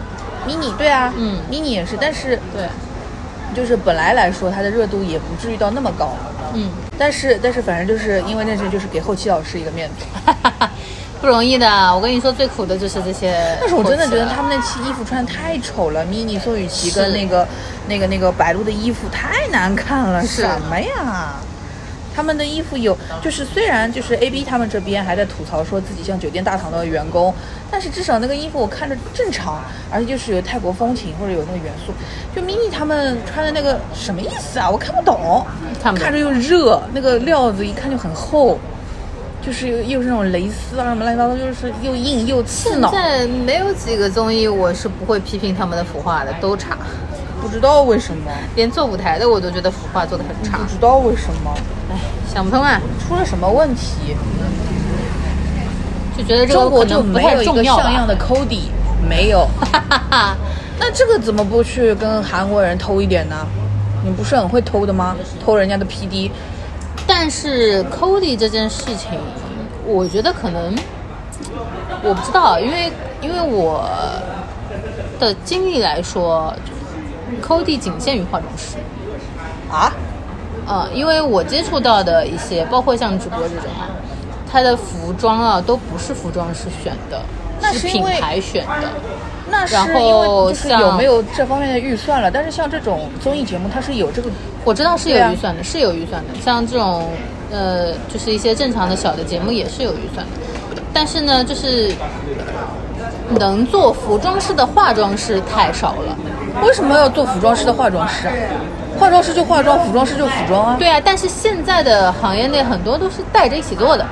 Speaker 4: mini 对啊，
Speaker 3: 嗯
Speaker 4: ，mini 也是，但是
Speaker 3: 对，
Speaker 4: 就是本来来说它的热度也不至于到那么高，
Speaker 3: 嗯，
Speaker 4: 但是但是反正就是因为那阵就是给后期老师一个面子，
Speaker 3: 不容易的。我跟你说，最苦的就是这些。
Speaker 4: 但是我真的觉得他们那期衣服穿的太丑了，mini 宋雨琦跟
Speaker 3: 是
Speaker 4: 那个那个那个白鹿的衣服太难看了，
Speaker 3: 是
Speaker 4: 什么呀？他们的衣服有，就是虽然就是 A B 他们这边还在吐槽说自己像酒店大堂的员工，但是至少那个衣服我看着正常，而且就是有泰国风情或者有那个元素。就 mini 他们穿的那个什么意思啊？我看不懂，
Speaker 3: 看不懂
Speaker 4: 看着又热，那个料子一看就很厚，就是又又是那种蕾丝啊什么乱七八糟，就是又硬又刺
Speaker 3: 现
Speaker 4: 挠。
Speaker 3: 在没有几个综艺我是不会批评他们的服化的，都差。
Speaker 4: 不知道为什么，
Speaker 3: 连做舞台的我都觉得服化做的很差
Speaker 4: 不，知道为什么，
Speaker 3: 哎，想不通啊，
Speaker 4: 出了什么问题？
Speaker 3: 就觉得这
Speaker 4: 中
Speaker 3: 个
Speaker 4: 国
Speaker 3: 可
Speaker 4: 就
Speaker 3: 能不
Speaker 4: 没有
Speaker 3: 太
Speaker 4: 一
Speaker 3: 重
Speaker 4: 个
Speaker 3: 要
Speaker 4: 像样
Speaker 3: 吧。
Speaker 4: 的 Cody，没有。 那这个怎么不去跟韩国人偷一点呢？你不是很会偷的吗？偷人家的 PD，
Speaker 3: 但是 Cody 这件事情，我觉得可能我不知道，因为因为我的经历来说，Cody 仅限于化妆师。
Speaker 4: 啊？
Speaker 3: 呃，因为我接触到的一些，包括像直播这种啊，它的服装啊都不是服装师选的，
Speaker 4: 那
Speaker 3: 是
Speaker 4: 是
Speaker 3: 品
Speaker 4: 因为
Speaker 3: 牌选的。
Speaker 4: 那是
Speaker 3: 然
Speaker 4: 因为
Speaker 3: 后
Speaker 4: 就是
Speaker 3: 像
Speaker 4: 有没有这方面的预算了？但是像这种综艺节目，它是有这个
Speaker 3: 我知道是有
Speaker 4: 对啊
Speaker 3: 预算的，是有预算的。像这种，呃，就是一些正常的小的节目也是有预算的，但是呢，就是能做服装师的化妆师太少了。
Speaker 4: 为什么要做服装师的化妆师啊？化妆师就化妆，服装师就服装啊。
Speaker 3: 对啊，但是现在的行业内很多都是带着一起做的。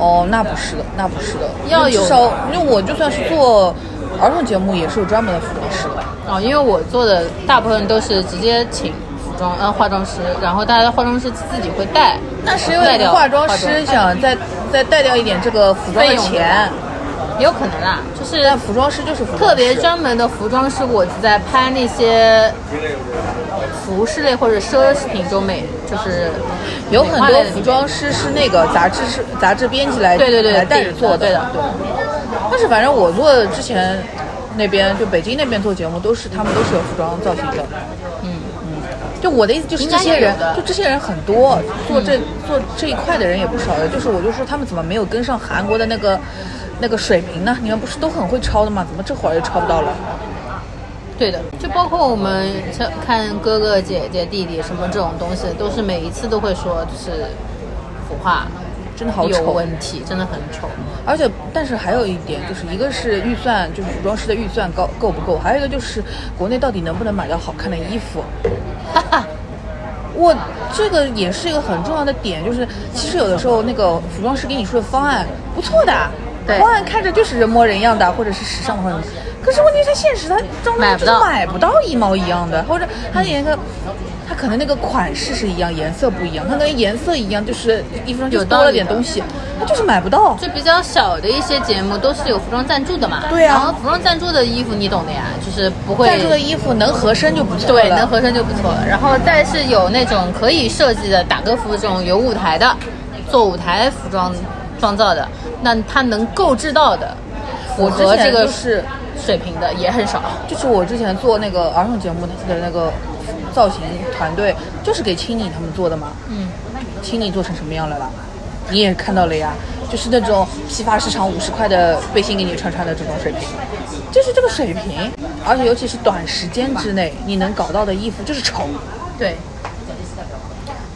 Speaker 4: 哦，那不是的，那不是的，
Speaker 3: 要有
Speaker 4: 至少，因为我就算是做儿童节目，也是有专门的服装师的。
Speaker 3: 哦，因为我做的大部分都是直接请服装呃化妆师，然后大家的化妆师自己会带，
Speaker 4: 那是因
Speaker 3: 带
Speaker 4: 为
Speaker 3: 掉哎
Speaker 4: 化妆师想再再带掉一点这个服装的
Speaker 3: 费用
Speaker 4: 钱，
Speaker 3: 也有可能啦，就是
Speaker 4: 但服装师就是服装师
Speaker 3: 特别专门的服装师，我只在拍那些服饰类或者奢侈品中美就是
Speaker 4: 有很
Speaker 3: 美化类
Speaker 4: 多
Speaker 3: 的
Speaker 4: 服装师是那个杂志是杂志编辑来
Speaker 3: 对对对
Speaker 4: 来带着做
Speaker 3: 对的
Speaker 4: 对。但是反正我做之前那边就北京那边做节目，都是他们都是有服装造型的。
Speaker 3: 嗯
Speaker 4: 嗯，就我的意思就是
Speaker 3: 应
Speaker 4: 这
Speaker 3: 该
Speaker 4: 些人
Speaker 3: 有的，嗯
Speaker 4: 就这些人很多，做这做这一块的人也不少的。就是我就说他们怎么没有跟上韩国的那个那个水平呢？你们不是都很会抄的吗？怎么这会儿又抄不到了？
Speaker 3: 对的，就包括我们像看哥哥姐姐弟弟什么这种东西，都是每一次都会说就是服化
Speaker 4: 真的好
Speaker 3: 有
Speaker 4: 丑。
Speaker 3: 问题，真的很丑。
Speaker 4: 而且，但是还有一点，就是一个是预算，就是服装师的预算高够不够，还有一个就是国内到底能不能买到好看的衣服。
Speaker 3: 哈哈，
Speaker 4: 我这个也是一个很重要的点，就是其实有的时候那个服装师给你出的方案不错的，
Speaker 3: 对
Speaker 4: 方案看着就是人模人样的，或者是时尚的或者什么，可是问题是现实它当
Speaker 3: 买
Speaker 4: 中就
Speaker 3: 不
Speaker 4: 是
Speaker 3: 到
Speaker 4: 买不到一毛一样的，或者它连个。它可能那个款式是一样，颜色不一样，它跟颜色一样，就是衣服上就
Speaker 3: 有
Speaker 4: 是
Speaker 3: 道
Speaker 4: 多了
Speaker 3: 理
Speaker 4: 点
Speaker 3: 的
Speaker 4: 东西，它就是买不到。
Speaker 3: 就比较小的一些节目都是有服装赞助的嘛。
Speaker 4: 对啊
Speaker 3: 然后服装赞助的衣服你懂的呀，就是不会
Speaker 4: 赞助的衣服能合身就不错了。
Speaker 3: 对能合身就不错了。然后再是有那种可以设计的打歌服这种有舞台的，做舞台服装妆造的，那它能购置到的，符
Speaker 4: 我之
Speaker 3: 合
Speaker 4: 前
Speaker 3: 这个
Speaker 4: 就是
Speaker 3: 水平的也很少。
Speaker 4: 就是我之前做那个儿童节目的那个造型团队，就是给青你他们做的嘛。
Speaker 3: 嗯，
Speaker 4: 青你做成什么样了啦？你也看到了呀，就是那种批发市场五十块的背心给你穿穿的这种水平，就是这个水平，而且尤其是短时间之内你能搞到的衣服就是丑，
Speaker 3: 对，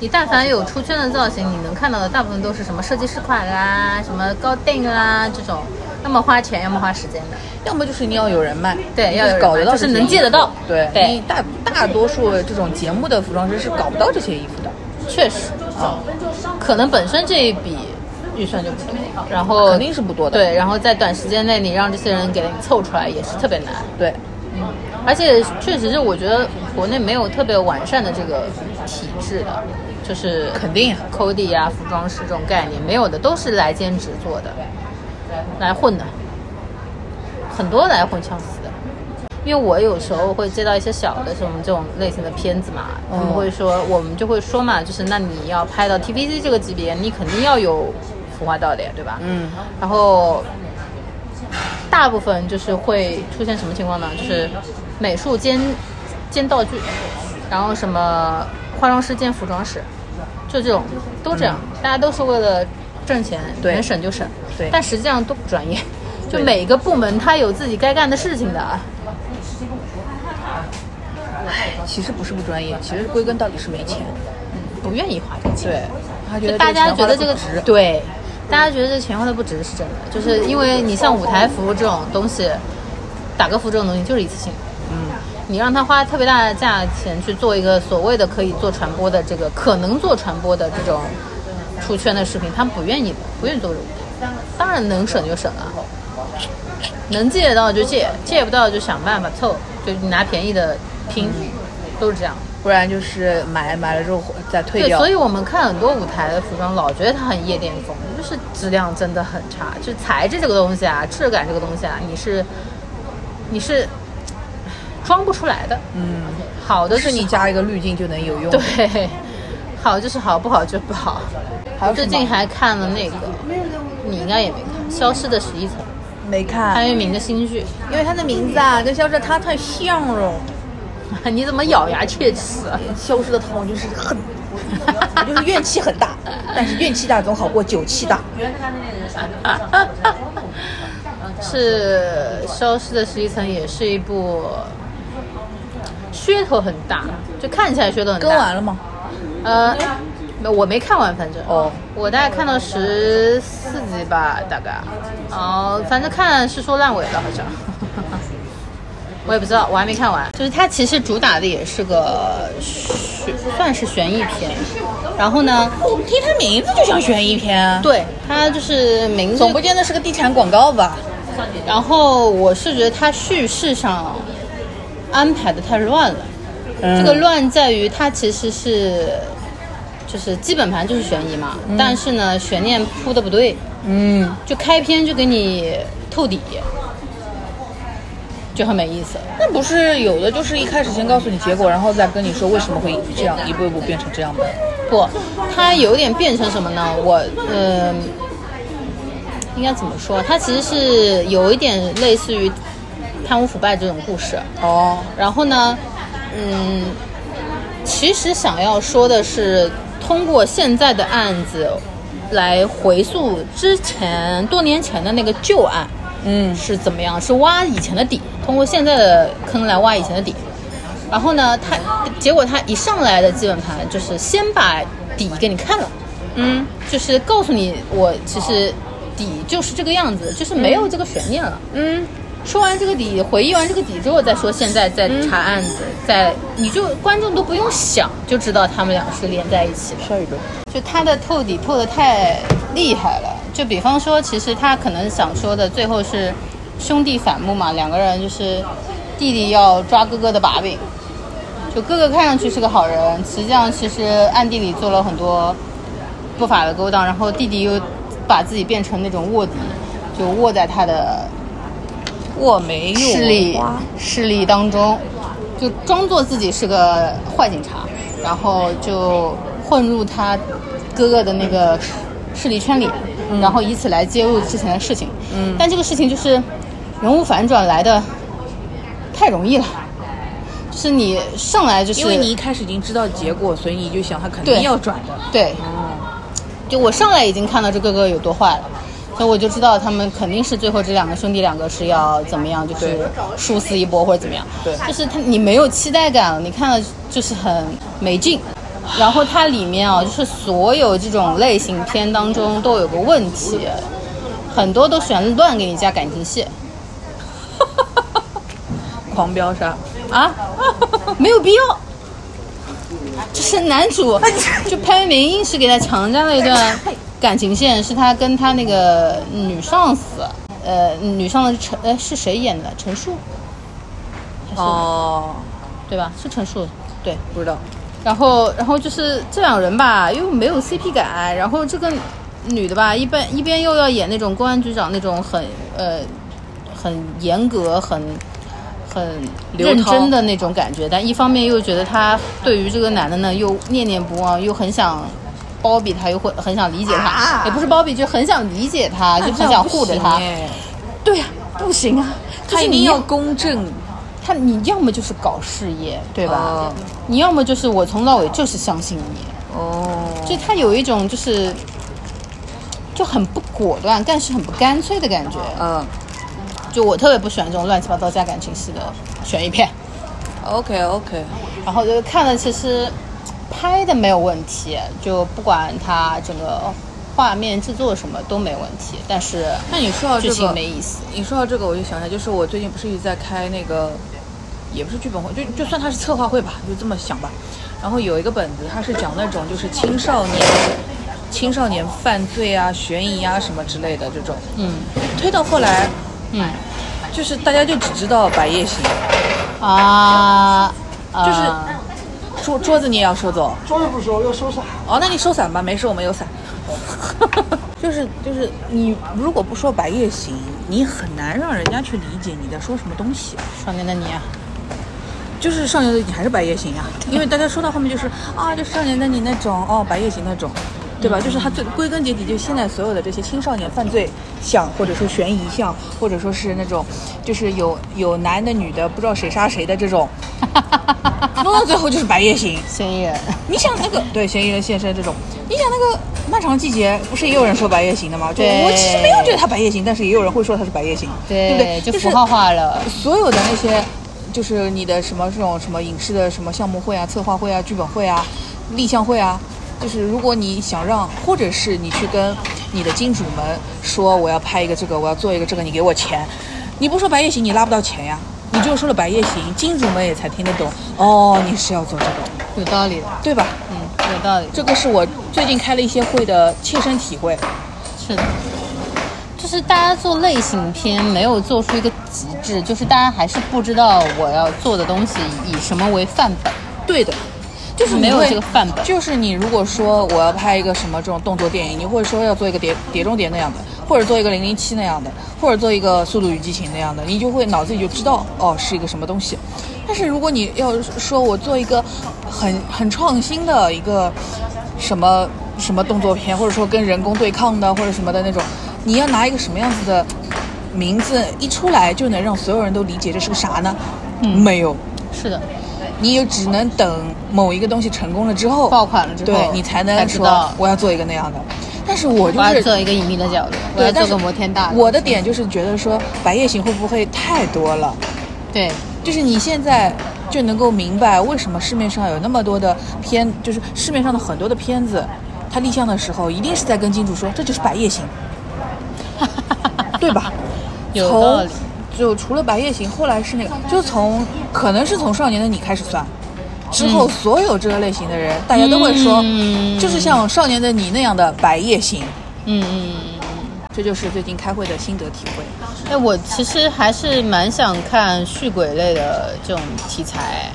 Speaker 3: 你但凡有出圈的造型，你能看到的大部分都是什么设计师款啦、什么高定啦这种，要么花钱，要么花时间的。
Speaker 4: 要么就是你要有人脉，
Speaker 3: 对
Speaker 4: 你
Speaker 3: 要有人
Speaker 4: 搞
Speaker 3: 脉
Speaker 4: 得到
Speaker 3: 就
Speaker 4: 这些
Speaker 3: 是能
Speaker 4: 衣服
Speaker 3: 借得到
Speaker 4: 对，
Speaker 3: 对
Speaker 4: 你大大多数这种节目的服装师是搞不到这些衣服的。
Speaker 3: 确实，
Speaker 4: 啊，
Speaker 3: 哦可能本身这一笔预算就不多，然后
Speaker 4: 肯定是不多的
Speaker 3: 哦对，然后在短时间内你让这些人给你凑出来也是特别难。嗯
Speaker 4: 对，
Speaker 3: 而且确实是，我觉得国内没有特别完善的这个体制的，就是
Speaker 4: 肯定呀
Speaker 3: Cody 啊、服装师这种概念没有的，都是来兼职做的，来混的，很多来混枪死的。因为我有时候会接到一些小的什么这种类型的片子嘛，他们
Speaker 4: 嗯
Speaker 3: 会说，我们就会说嘛，就是那你要拍到 TVC 这个级别，你肯定要有服化道的呀，对吧？
Speaker 4: 嗯，
Speaker 3: 然后大部分就是会出现什么情况呢？就是美术兼兼道具，然后什么化妆师兼服装师，就这种都这样，大家都是为了挣钱，
Speaker 4: 嗯对
Speaker 3: 能省就省。
Speaker 4: 对
Speaker 3: 但实际上都不专业，就
Speaker 4: 对
Speaker 3: 每个部门他有自己该干的事情的。
Speaker 4: 其实不是不专业，其实归根到底是没钱。
Speaker 3: 不愿意花这个钱。
Speaker 4: 对，他觉
Speaker 3: 就
Speaker 4: 得
Speaker 3: 大家觉得这
Speaker 4: 这个
Speaker 3: 个
Speaker 4: 钱花得不值，
Speaker 3: 对，大家觉得这钱花的不值是真的，就是因为你像舞台服这种东西，打歌服这种东西就是一次性的，嗯，你让他花特别大的价钱去做一个所谓的可以做传播的这个可能做传播的这种出圈的视频，他们不愿意的，不愿意做这种东西，当然能省就省啊。能借得到就借，借不到就想办法凑，就你拿便宜的拼，都是这样。
Speaker 4: 不然就是买买了之后再退
Speaker 3: 对，
Speaker 4: 掉。
Speaker 3: 所以我们看很多舞台的服装，老觉得它很夜店风，就是质量真的很差。就材质这个东西啊，质感这个东西啊，你是你是唉装不出来的。
Speaker 4: 嗯，
Speaker 3: 好的
Speaker 4: 都
Speaker 3: 就是
Speaker 4: 你
Speaker 3: 好
Speaker 4: 加一个滤镜就能有用。，
Speaker 3: 对， 好就是好，不好就不好。
Speaker 4: 还有
Speaker 3: 最
Speaker 4: 什么
Speaker 3: 近还看了那个，你应该也没看，《消失的十一层》，
Speaker 4: 没看，
Speaker 3: 潘粤明的新剧。
Speaker 4: 因为他的名字啊跟消失的他太像了。
Speaker 3: 你怎么咬牙切齿啊？
Speaker 4: 消失的痛就是很， 我就是怨气很大，但是怨气大总好过酒气大。
Speaker 3: 是《消失的十一层》，也是一部噱头很大，就看起来噱头很大。
Speaker 4: 更完了吗？
Speaker 3: 呃，没我没看完，反正
Speaker 4: 哦，
Speaker 3: 我大概看到十四集吧，大概。哦，反正看是说烂尾了，好像。 我也不知道，我还没看完。就是它其实主打的也是个悬，算是悬疑片。然后呢，
Speaker 4: 我听他名字就像悬疑片，
Speaker 3: 对它就是名字
Speaker 4: 啊总不见得是个地产广告吧？
Speaker 3: 然后我是觉得它叙事上安排的太乱了，这个乱在于它其实是就是基本盘就是悬疑嘛，但是呢悬念铺的不对，
Speaker 4: 嗯，
Speaker 3: 就开篇就给你透底，就很没意思。
Speaker 4: 那不是有的就是一开始先告诉你结果，然后再跟你说为什么会这样一步一步变成这样吗？
Speaker 3: 不，它有点变成什么呢？我嗯、应该怎么说？它其实是有一点类似于贪污腐败这种故事，
Speaker 4: 哦，
Speaker 3: 然后呢，嗯，其实想要说的是，通过现在的案子来回溯之前多年前的那个旧案
Speaker 4: 嗯，
Speaker 3: 是怎么样，是挖以前的底，通过现在的坑来挖以前的底。然后呢，他结果他一上来的基本盘就是先把底给你看了，
Speaker 4: 嗯，
Speaker 3: 就是告诉你我其实底就是这个样子，就是没有这个悬念了。
Speaker 4: 嗯，
Speaker 3: 说完这个底，回忆完这个底之后，再说现在在查案子，在你就观众都不用想就知道他们俩是连在一起的。
Speaker 4: 下一个，
Speaker 3: 就他的透底透的太厉害了，就比方说，其实他可能想说的最后是兄弟反目嘛，两个人就是弟弟要抓哥哥的把柄，就哥哥看上去是个好人，实际上其实暗地里做了很多不法的勾当，然后弟弟又把自己变成那种卧底，就卧在他的
Speaker 4: 我没有
Speaker 3: 势力势力当中，就装作自己是个坏警察，然后就混入他哥哥的那个势势力圈里，然后以此来揭露之前的事情。嗯，但这个事情就是人物反转来的太容易了，就是你上来就是
Speaker 4: 因为你一开始已经知道结果，所以你就想他肯定
Speaker 3: 对哦
Speaker 4: 要转的。
Speaker 3: 对，就我上来已经看到这哥哥有多坏了，所以我就知道他们肯定是最后这两个兄弟两个是要怎么样，就是
Speaker 4: 对
Speaker 3: 殊死一搏或者怎么样。
Speaker 4: 对
Speaker 3: 就是他你没有期待感了，你看了就是很没劲。然后它里面啊，就是所有这种类型片当中都有个问题，很多都喜欢乱给你加感情戏
Speaker 4: 狂飙杀，
Speaker 3: 啊， 没有必要。就是男主，就潘粤明硬是给他强加了一段感情线，是他跟他那个女上司，呃，女上司陈呃是谁演的？陈数，
Speaker 4: 哦，
Speaker 3: 对吧？是陈数，对。
Speaker 4: 不知道，
Speaker 3: 然后，然后就是这两人吧，又没有 CP 感，然后这个女的吧，一边一边又要演那种公安局长那种很呃很严格、很很
Speaker 4: 刘
Speaker 3: 认
Speaker 4: 涛
Speaker 3: 真的那种感觉，但一方面又觉得她对于这个男的呢又念念不忘，又很想。包庇他，又会很想理解他，
Speaker 4: 啊
Speaker 3: 也不是包庇，就很想理 解他，就很想护着
Speaker 4: 那
Speaker 3: 他
Speaker 4: 这。样不行哎
Speaker 3: 对呀、不行啊，就
Speaker 4: 他
Speaker 3: 是
Speaker 4: 一
Speaker 3: 你
Speaker 4: 定
Speaker 3: 要
Speaker 4: 要公正，
Speaker 3: 他你要么就是搞事业，对吧？
Speaker 4: 哦
Speaker 3: 你要么就是我从到尾就是相信你，
Speaker 4: 哦，
Speaker 3: 就他有一种就是就很不果断，但是很不干脆的感觉。
Speaker 4: 嗯
Speaker 3: 就我特别不喜欢这种乱七八糟加感情戏的悬疑片。
Speaker 4: ，OK OK，
Speaker 3: 然后就看了，其实拍的没有问题，就不管它整个画面制作什么都没问题，但是
Speaker 4: 那你说到这
Speaker 3: 剧情
Speaker 4: 个，
Speaker 3: 没意思。
Speaker 4: 你说到这个，我就想起来，就是我最近不是一直在开那个，也不是剧本会，就就算它是策划会吧，就这么想吧。然后有一个本子，它是讲那种就是青少年、青少年犯罪啊、悬疑啊什么之类的这种。
Speaker 3: 嗯
Speaker 4: 推到后来，
Speaker 3: 嗯
Speaker 4: 就是大家就只知道《白夜行
Speaker 3: 啊，就》，
Speaker 4: 就是呃桌桌子你也要收走。
Speaker 1: 收拾不收，要收啥？
Speaker 4: 哦，那你收伞吧，没事，我们有伞。 就是就是，你如果不说《白夜行》，你很难让人家去理解你在说什么东西。
Speaker 3: 少年的你啊，
Speaker 4: 就是少年的你还是白夜行呀、因为大家说到后面就是啊，就少年的你那种哦，白夜行那种，对吧？就是它最归根结底，就现在所有的这些青少年犯罪项，或者说悬疑项，或者说是那种就是有有男的女的不知道谁杀谁的这种， 弄到最后就是白夜行。
Speaker 3: 嫌疑人，
Speaker 4: 你想那个对嫌疑人现身这种，你想那个漫长季节不是也有人说白夜行的吗？就
Speaker 3: 对
Speaker 4: 我其实没有觉得他白夜行，但是也有人会说他是白夜行，对不对？
Speaker 3: 就
Speaker 4: 就是
Speaker 3: 符号化了。
Speaker 4: 所有的那些，就是你的什么这种什么影视的什么项目会啊、策划会啊、剧本会啊、立项会啊，就是如果你想让，或者是你去跟你的金主们说我要拍一个这个，我要做一个这个，你给我钱，你不说白夜行，你拉不到钱呀。你就说了白夜行，金主们也才听得懂。哦，你是要做这个，
Speaker 3: 有道理的，
Speaker 4: 对吧？
Speaker 3: 嗯，有道理的。
Speaker 4: 这个是我最近开了一些会的切身体会。
Speaker 3: 是的，就是大家做类型片没有做出一个极致，就是大家还是不知道我要做的东西以什么为范本。
Speaker 4: 对的，就是你
Speaker 3: 没有
Speaker 4: 会
Speaker 3: 这个范本
Speaker 4: 就是你如果说我要拍一个什么这种动作电影，你会说要做一个碟碟中谍那样的，或者做一个零零七那样的，或者做一个速度与激情那样的，你就会脑子里就知道哦是一个什么东西。但是如果你要说我做一个很很创新的一个什么什么动作片，或者说跟人工对抗的或者什么的那种，你要拿一个什么样子的名字一出来就能让所有人都理解这是个啥呢？
Speaker 3: 嗯
Speaker 4: 没有。
Speaker 3: 是的，
Speaker 4: 你也只能等某一个东西成功了之后
Speaker 3: 爆款了之后
Speaker 4: 对你才能
Speaker 3: 才知
Speaker 4: 说
Speaker 3: 道
Speaker 4: 我要做一个那样的。但是我就
Speaker 3: 我要
Speaker 4: 是
Speaker 3: 做一个隐秘的角落，我
Speaker 4: 对，
Speaker 3: 要
Speaker 4: 但是
Speaker 3: 做个摩天大楼。
Speaker 4: 我的点就是觉得说白夜行会不会太多了？
Speaker 3: 对，
Speaker 4: 就是你现在就能够明白为什么市面上有那么多的片，就是市面上的很多的片子，它立项的时候一定是在跟金主说这就是白夜 行，对吧？
Speaker 3: 有
Speaker 4: 从
Speaker 3: 道理
Speaker 4: 就除了白夜行，后来是那个，就从可能是从少年的你开始算。之后，所有这个类型的人，大家都会说，
Speaker 3: 嗯
Speaker 4: 就是像《少年的你》那样的白夜行，
Speaker 3: 嗯嗯。
Speaker 4: 这就是最近开会的心得体会。
Speaker 3: 哎，我其实还是蛮想看续鬼类的这种题材，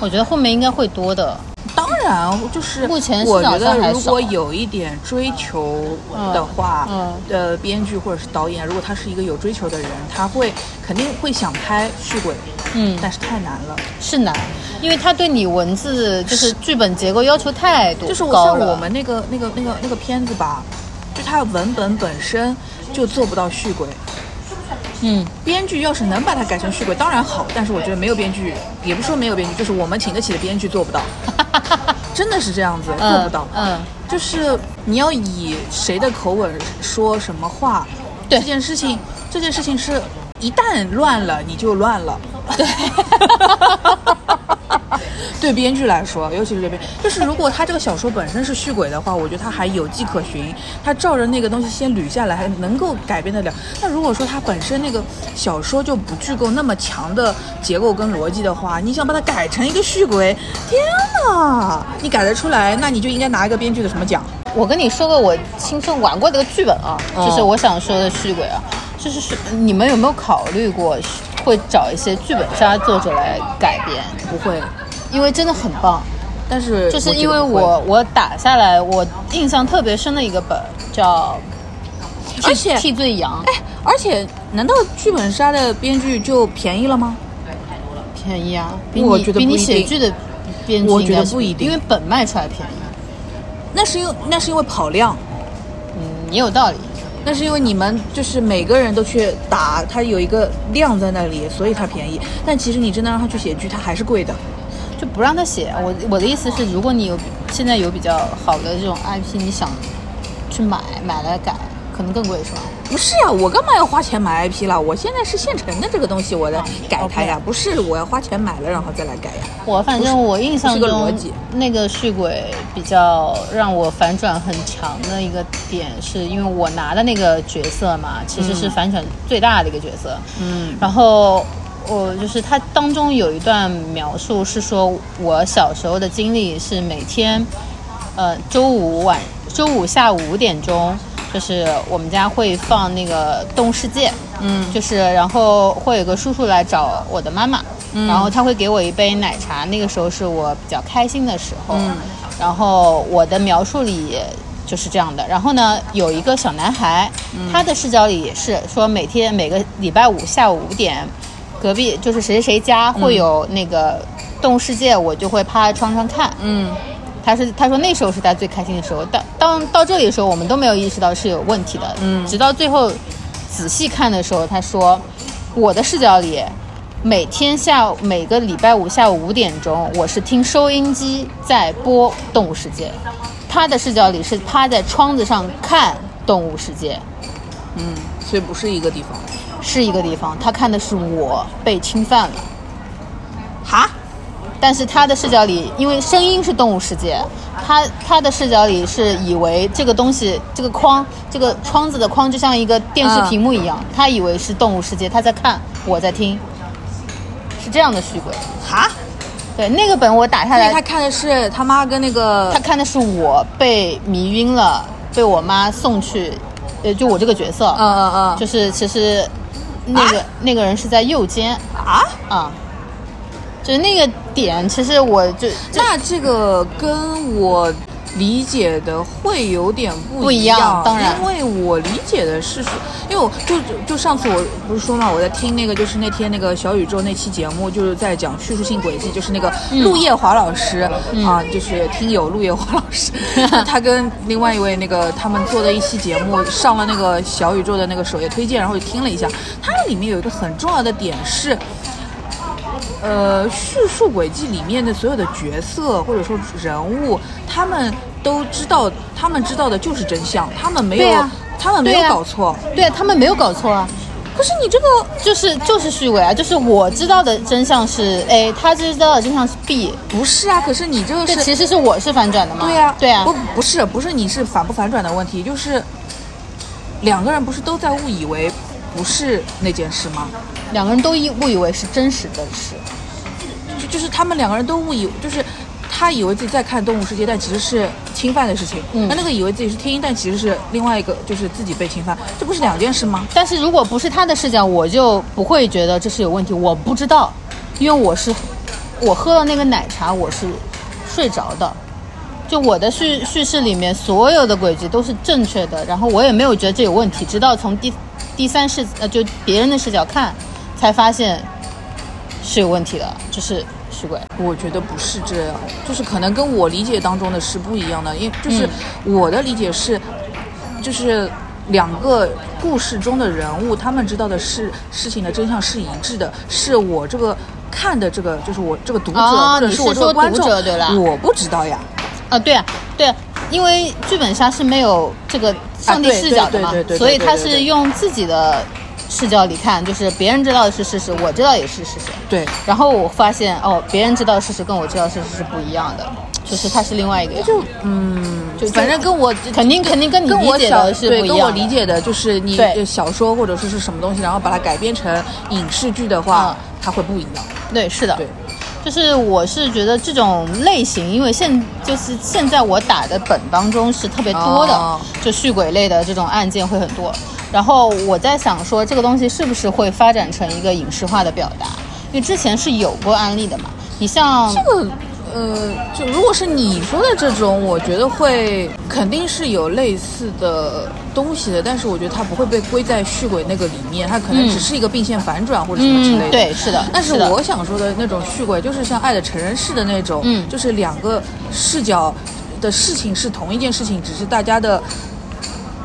Speaker 3: 我觉得后面应该会多的。
Speaker 4: 当然，就是
Speaker 3: 目前市
Speaker 4: 我觉
Speaker 3: 场上
Speaker 4: 得，
Speaker 3: 还
Speaker 4: 如果
Speaker 3: 少
Speaker 4: 有一点追求的话，
Speaker 3: 嗯
Speaker 4: 呃，编剧或者是导演，如果他是一个有追求的人，他会肯定会想拍续鬼，
Speaker 3: 嗯
Speaker 4: 但是太难了。
Speaker 3: 是难，因为它对你文字就是剧本结构要求太多
Speaker 4: 就是我
Speaker 3: 高
Speaker 4: 像
Speaker 3: 了。
Speaker 4: 我们那个那个那个那个片子吧，就它的文本本身就做不到续鬼。
Speaker 3: 嗯，
Speaker 4: 编剧要是能把它改成续鬼，当然好，但是我觉得没有编剧，也不是说没有编剧，就是我们请得起的编剧做不 到，真的是这样子，做不到。
Speaker 3: 嗯嗯
Speaker 4: 就是你要以谁的口吻说什么话，
Speaker 3: 对
Speaker 4: 这件事情，这件事情是一旦乱了，你就乱了。对，对编剧来说，尤其是这边，就是如果他这个小说本身是续轨的话，我觉得他还有迹可循，他照着那个东西先捋下来，还能够改变得了。那如果说他本身那个小说就不具够那么强的结构跟逻辑的话，你想把它改成一个续轨，天呐，你改得出来，那你就应该拿一个编剧的什么奖？
Speaker 3: 我跟你说过，我亲身玩过这个剧本啊，
Speaker 4: 哦
Speaker 3: 就是我想说的续鬼啊，就是是你们有没有考虑过会找一些剧本杀作者来改编？
Speaker 4: 不会，
Speaker 3: 因为真的很棒，
Speaker 4: 但是
Speaker 3: 就是
Speaker 4: 觉得
Speaker 3: 因为
Speaker 4: 不会
Speaker 3: 我我打下来，我印象特别深的一个本叫替《
Speaker 4: 而且
Speaker 3: 替罪羊
Speaker 4: 哎，而且难道剧本杀的编剧就便宜了吗？》，
Speaker 3: 便宜啊，比
Speaker 4: 我
Speaker 3: 你
Speaker 4: 觉得
Speaker 3: 比
Speaker 4: 不
Speaker 3: 你
Speaker 4: 一
Speaker 3: 写
Speaker 4: 定
Speaker 3: 剧的编剧
Speaker 4: 我
Speaker 3: 应
Speaker 4: 觉
Speaker 3: 该
Speaker 4: 得
Speaker 3: 是
Speaker 4: 不一定
Speaker 3: 因为本卖出来便宜，
Speaker 4: 那是因为那是因为跑量，
Speaker 3: 嗯，也有道理。
Speaker 4: 那是因为你们就是每个人都去打，它有一个量在那里，所以它便宜。但其实你真的让他去写剧，它还是贵的。
Speaker 3: 就不让他写。我我的意思是，如果你有现在有比较好的这种 IP，你想去买买来改，可能更贵是吧？
Speaker 4: 不是呀、我干嘛要花钱买 IP 啦？我现在是现成的这个东西，我来改它呀，不是我要花钱买了然后再来改呀。
Speaker 3: 我反正我印象
Speaker 4: 不是个逻
Speaker 3: 中
Speaker 4: 辑
Speaker 3: 那个续鬼比较让我反转很强的一个点，是因为我拿的那个角色嘛，其实是反转最大的一个角色。
Speaker 4: 嗯，
Speaker 3: 然后我就是它当中有一段描述是说，我小时候的经历是每天，呃，周五晚周五下午五点钟，就是我们家会放那个《动物世界》，
Speaker 4: 嗯，
Speaker 3: 就是然后会有个叔叔来找我的妈妈，
Speaker 4: 嗯
Speaker 3: 然后他会给我一杯奶茶，那个时候是我比较开心的时候，
Speaker 4: 嗯
Speaker 3: 然后我的描述里。就是这样的，然后呢，有一个小男孩，
Speaker 4: 嗯
Speaker 3: 他的视角里也是说，每天每个礼拜五下午五点，隔壁就是谁谁谁家
Speaker 4: 嗯
Speaker 3: 会有那个动物世界，我就会趴在窗上看。
Speaker 4: 嗯
Speaker 3: 他是他说那时候是他最开心的时候，当当到这里的时候，我们都没有意识到是有问题的，
Speaker 4: 嗯
Speaker 3: 直到最后仔细看的时候，他说我的视角里，每天下午每个礼拜五下午五点钟，我是听收音机在播《动物世界》，他的视角里是趴在窗子上看《动物世界》，
Speaker 4: 嗯，所以不是一个地方。
Speaker 3: 是一个地方，他看的是我被侵犯了。
Speaker 4: 哈，
Speaker 3: 但是他的视角里，因为声音是动物世界，他他的视角里是以为这个东西，这个框，这个窗子的框就像一个电视屏幕一样，他以为是动物世界，他在看，我在听，是这样的虚轨。
Speaker 4: 哈，
Speaker 3: 对，那个本我打下
Speaker 4: 所
Speaker 3: 来，
Speaker 4: 以他看的是他妈跟那个
Speaker 3: 他看的是我被迷晕了，被我妈送去，呃，就我这个角色，
Speaker 4: 嗯嗯嗯
Speaker 3: 就是其实那个、那个人是在右肩
Speaker 4: 啊，
Speaker 3: 啊，就是那个点，其实我就就
Speaker 4: 那这个跟我理解的会有点不一
Speaker 3: 不一样当然
Speaker 4: 因为我理解的是说，因为我就就就上次我不是说嘛，我在听那个就是那天那个小宇宙那期节目，就是在讲叙述性轨迹，就是那个
Speaker 3: 嗯
Speaker 4: 陆夜华老师、啊，就是听友陆夜华老 师，他跟另外一位那个他们做的一期节目上了那个小宇宙的那个首页推荐，然后就听了一下，它里面有一个很重要的点是。呃，叙述轨迹里面的所有的角色或者说人物，他们都知道，他们知道的就是真相，他们没有，
Speaker 3: 对呀
Speaker 4: 他们没有
Speaker 3: 对呀
Speaker 4: 搞错。
Speaker 3: 对他们没有搞错啊，
Speaker 4: 可是你这个，
Speaker 3: 就是就是虚伪啊，就是我知道的真相是 A，他知道的真相是 B，
Speaker 4: 不是啊，可是你这个
Speaker 3: 这
Speaker 4: 是
Speaker 3: 其实是我是反转的嘛？
Speaker 4: 对呀、
Speaker 3: 哦对啊
Speaker 4: 不，不是不是你是反不反转的问题，就是两个人不是都在误以为不是那件事吗？
Speaker 3: 两个人都以误以为是真实的事，
Speaker 4: 就就是他们两个人都误以，就是他以为自己在看《动物世界》，但其实是侵犯的事情。
Speaker 3: 嗯
Speaker 4: 那那个以为自己是听，但其实是另外一个，就是自己被侵犯，这不是两件事吗？
Speaker 3: 但是如果不是他的视角，我就不会觉得这是有问题，我不知道，因为我是我喝了那个奶茶，我是睡着的。就我的叙叙事里面，所有的轨迹都是正确的，然后我也没有觉得这有问题，直到从第第三视呃，就别人的视角看，才发现是有问题的，就是虚伪。
Speaker 4: 我觉得不是这样，就是可能跟我理解当中的是不一样的，因为就是我的理解是，就是两个故事中的人物，他们知道的事事情的真相是一致的，是我这个看的这个，就是我这个读者、
Speaker 3: 哦
Speaker 4: 或者
Speaker 3: 你
Speaker 4: 是
Speaker 3: 是
Speaker 4: 我这个
Speaker 3: 说
Speaker 4: 观
Speaker 3: 读
Speaker 4: 众，
Speaker 3: 者对啦
Speaker 4: 我不知道呀。
Speaker 3: 啊，对啊，对啊，因为剧本杀是没有这个上帝
Speaker 4: 啊对
Speaker 3: 视角的嘛，
Speaker 4: 对对对对对
Speaker 3: 所以
Speaker 4: 对
Speaker 3: 他
Speaker 4: 对对
Speaker 3: 是用自己的视角里看，就是别人知道的是事实，我知道也是事实。
Speaker 4: 对，
Speaker 3: 然后我发现哦，别人知道的事实跟我知道的事实是不一样的，就是它是另外一个样子。
Speaker 4: 就嗯，就反正跟我
Speaker 3: 肯定肯定跟你
Speaker 4: 跟我
Speaker 3: 理解
Speaker 4: 小
Speaker 3: 的是
Speaker 4: 对
Speaker 3: 不一
Speaker 4: 跟
Speaker 3: 样的。
Speaker 4: 我理解的就是你
Speaker 3: 对
Speaker 4: 呃小说或者说是什么东西，然后把它改编成影视剧的话
Speaker 3: 嗯，
Speaker 4: 它会不一样。
Speaker 3: 对，是的，
Speaker 4: 对，
Speaker 3: 就是我是觉得这种类型，因为现就是现在我打的本当中是特别多的，
Speaker 4: 哦
Speaker 3: 就续鬼类的这种案件会很多。然后我在想说，这个东西是不是会发展成一个影视化的表达？因为之前是有过案例的嘛。你像
Speaker 4: 这个呃，就如果是你说的这种，我觉得会肯定是有类似的东西的，但是我觉得它不会被归在续鬼那个里面，它可能
Speaker 3: 嗯
Speaker 4: 只是一个并线反转或者什么之类的。
Speaker 3: 嗯，对，是的，
Speaker 4: 但是
Speaker 3: 的
Speaker 4: 我想说的那种续鬼，就是像《爱的成人式》的那种，
Speaker 3: 嗯
Speaker 4: 就是两个视角的事情是同一件事情，只是大家的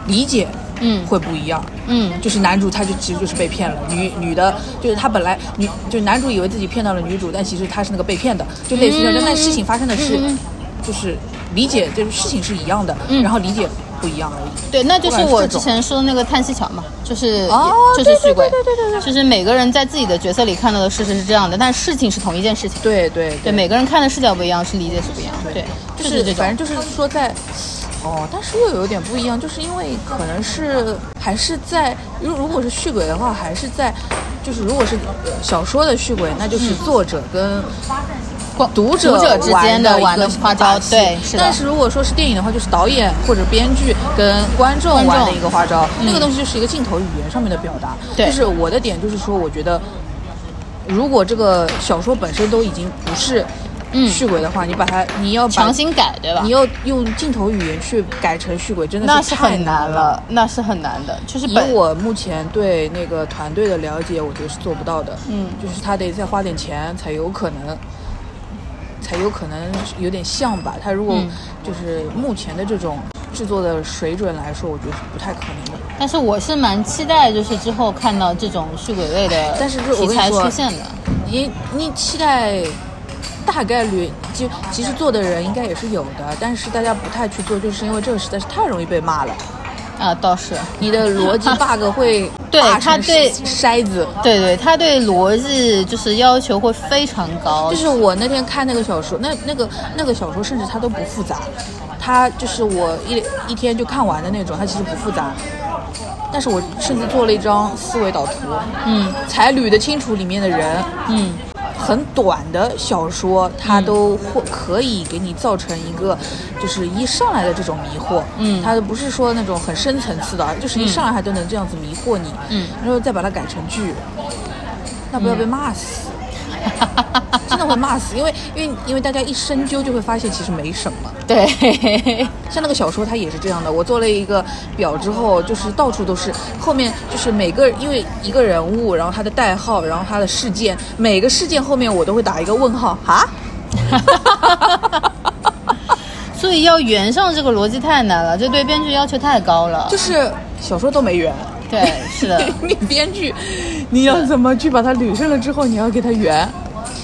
Speaker 4: 理解
Speaker 3: 嗯
Speaker 4: 会不一样。
Speaker 3: 嗯
Speaker 4: 就是男主他就其实就是被骗了，女女的就是他本来女就男主以为自己骗到了女主，但其实他是那个被骗的，就类似于
Speaker 3: 嗯
Speaker 4: 那事情发生的是
Speaker 3: 嗯嗯，
Speaker 4: 就是理解就是事情是一样的，
Speaker 3: 嗯
Speaker 4: 然后理解不一样而已。
Speaker 3: 对，那就是
Speaker 4: 不管是
Speaker 3: 我
Speaker 4: 这
Speaker 3: 之
Speaker 4: 种
Speaker 3: 前说的那个叹息桥嘛，就是、
Speaker 4: 哦
Speaker 3: 就是
Speaker 4: 对对
Speaker 3: 续鬼，
Speaker 4: 对对对对对
Speaker 3: 就是每个人在自己的角色里看到的事实是这样的，但事情是同一件事情。
Speaker 4: 对对
Speaker 3: 对，每个人看的视角不一样，是理解是不一样的。对，
Speaker 4: 就
Speaker 3: 就是
Speaker 4: 是
Speaker 3: 这种。
Speaker 4: 反正就是说在，哦，但是又有点不一样，就是因为可能是还是在，如如果是续鬼的话，还是在，就是如果是呃小说的续鬼，那就是作者跟
Speaker 3: 嗯光
Speaker 4: 读
Speaker 3: 者之间
Speaker 4: 的
Speaker 3: 玩的
Speaker 4: 一个
Speaker 3: 花招，
Speaker 4: 把戏
Speaker 3: 对，是的。
Speaker 4: 但是如果说是电影的话，就是导演或者编剧跟观众
Speaker 3: 观众
Speaker 4: 玩的一个花招，
Speaker 3: 嗯
Speaker 4: 那个东西就是一个镜头语言上面的表达。
Speaker 3: 对
Speaker 4: 就是我的点就是说，我觉得如果这个小说本身都已经不是
Speaker 3: 嗯
Speaker 4: 续鬼的话，你把它你要把
Speaker 3: 强行改，对吧
Speaker 4: 你？要用镜头语言去改成续鬼，真的
Speaker 3: 那
Speaker 4: 是
Speaker 3: 是
Speaker 4: 太
Speaker 3: 很难
Speaker 4: 了。
Speaker 3: 了，那是很难的，就是
Speaker 4: 以
Speaker 3: 本
Speaker 4: 我目前对那个团队的了解，我觉得是做不到的。
Speaker 3: 嗯
Speaker 4: 就是他得再花点钱才有可能，才有可能有点像吧。他如果
Speaker 3: 嗯
Speaker 4: 就是目前的这种制作的水准来说，我觉得是不太可能的。
Speaker 3: 但是我是蛮期待，就是之后看到这种续鬼类的
Speaker 4: 但是这
Speaker 3: 题
Speaker 4: 我跟你
Speaker 3: 材
Speaker 4: 说
Speaker 3: 出现的。
Speaker 4: 你你期待大概率就其实做的人应该也是有的，但是大家不太去做，就是因为这个实在是太容易被骂了。
Speaker 3: 啊，倒是，
Speaker 4: 你的逻 辑 bug 会
Speaker 3: 对
Speaker 4: 大
Speaker 3: 他
Speaker 4: 成
Speaker 3: 对
Speaker 4: 筛子。
Speaker 3: 对对，他对逻辑就是要求会非常高，
Speaker 4: 就是我那天看那个小说，那那个那个小说，甚至它都不复杂，它就是我一一天就看完的那种，它其实不复杂。但是我甚至做了一张思维导图，
Speaker 3: 嗯
Speaker 4: 才捋得清楚里面的人。
Speaker 3: 嗯，
Speaker 4: 很短的小说，它都会可以给你造成一个，就是一上来的这种迷惑，
Speaker 3: 嗯
Speaker 4: 它不是说那种很深层次的，就是一上来它都能这样子迷惑你，
Speaker 3: 嗯，
Speaker 4: 然后再把它改成剧，那不要被骂死，真的会骂死，因为因为因为大家一深究就会发现其实没什么，
Speaker 3: 对，
Speaker 4: 像那个小说，它也是这样的。我做了一个表之后，就是到处都是，后面就是每个因为一个人物，然后他的代号，然后他的事件，每个事件后面我都会打一个问号啊。
Speaker 3: 所以要圆上这个逻辑太难了，这对编剧要求太高了
Speaker 4: 就。是小说都没圆，
Speaker 3: 对，是的，
Speaker 4: 你编剧 你要怎么去把它捋顺了之后，你要给它圆，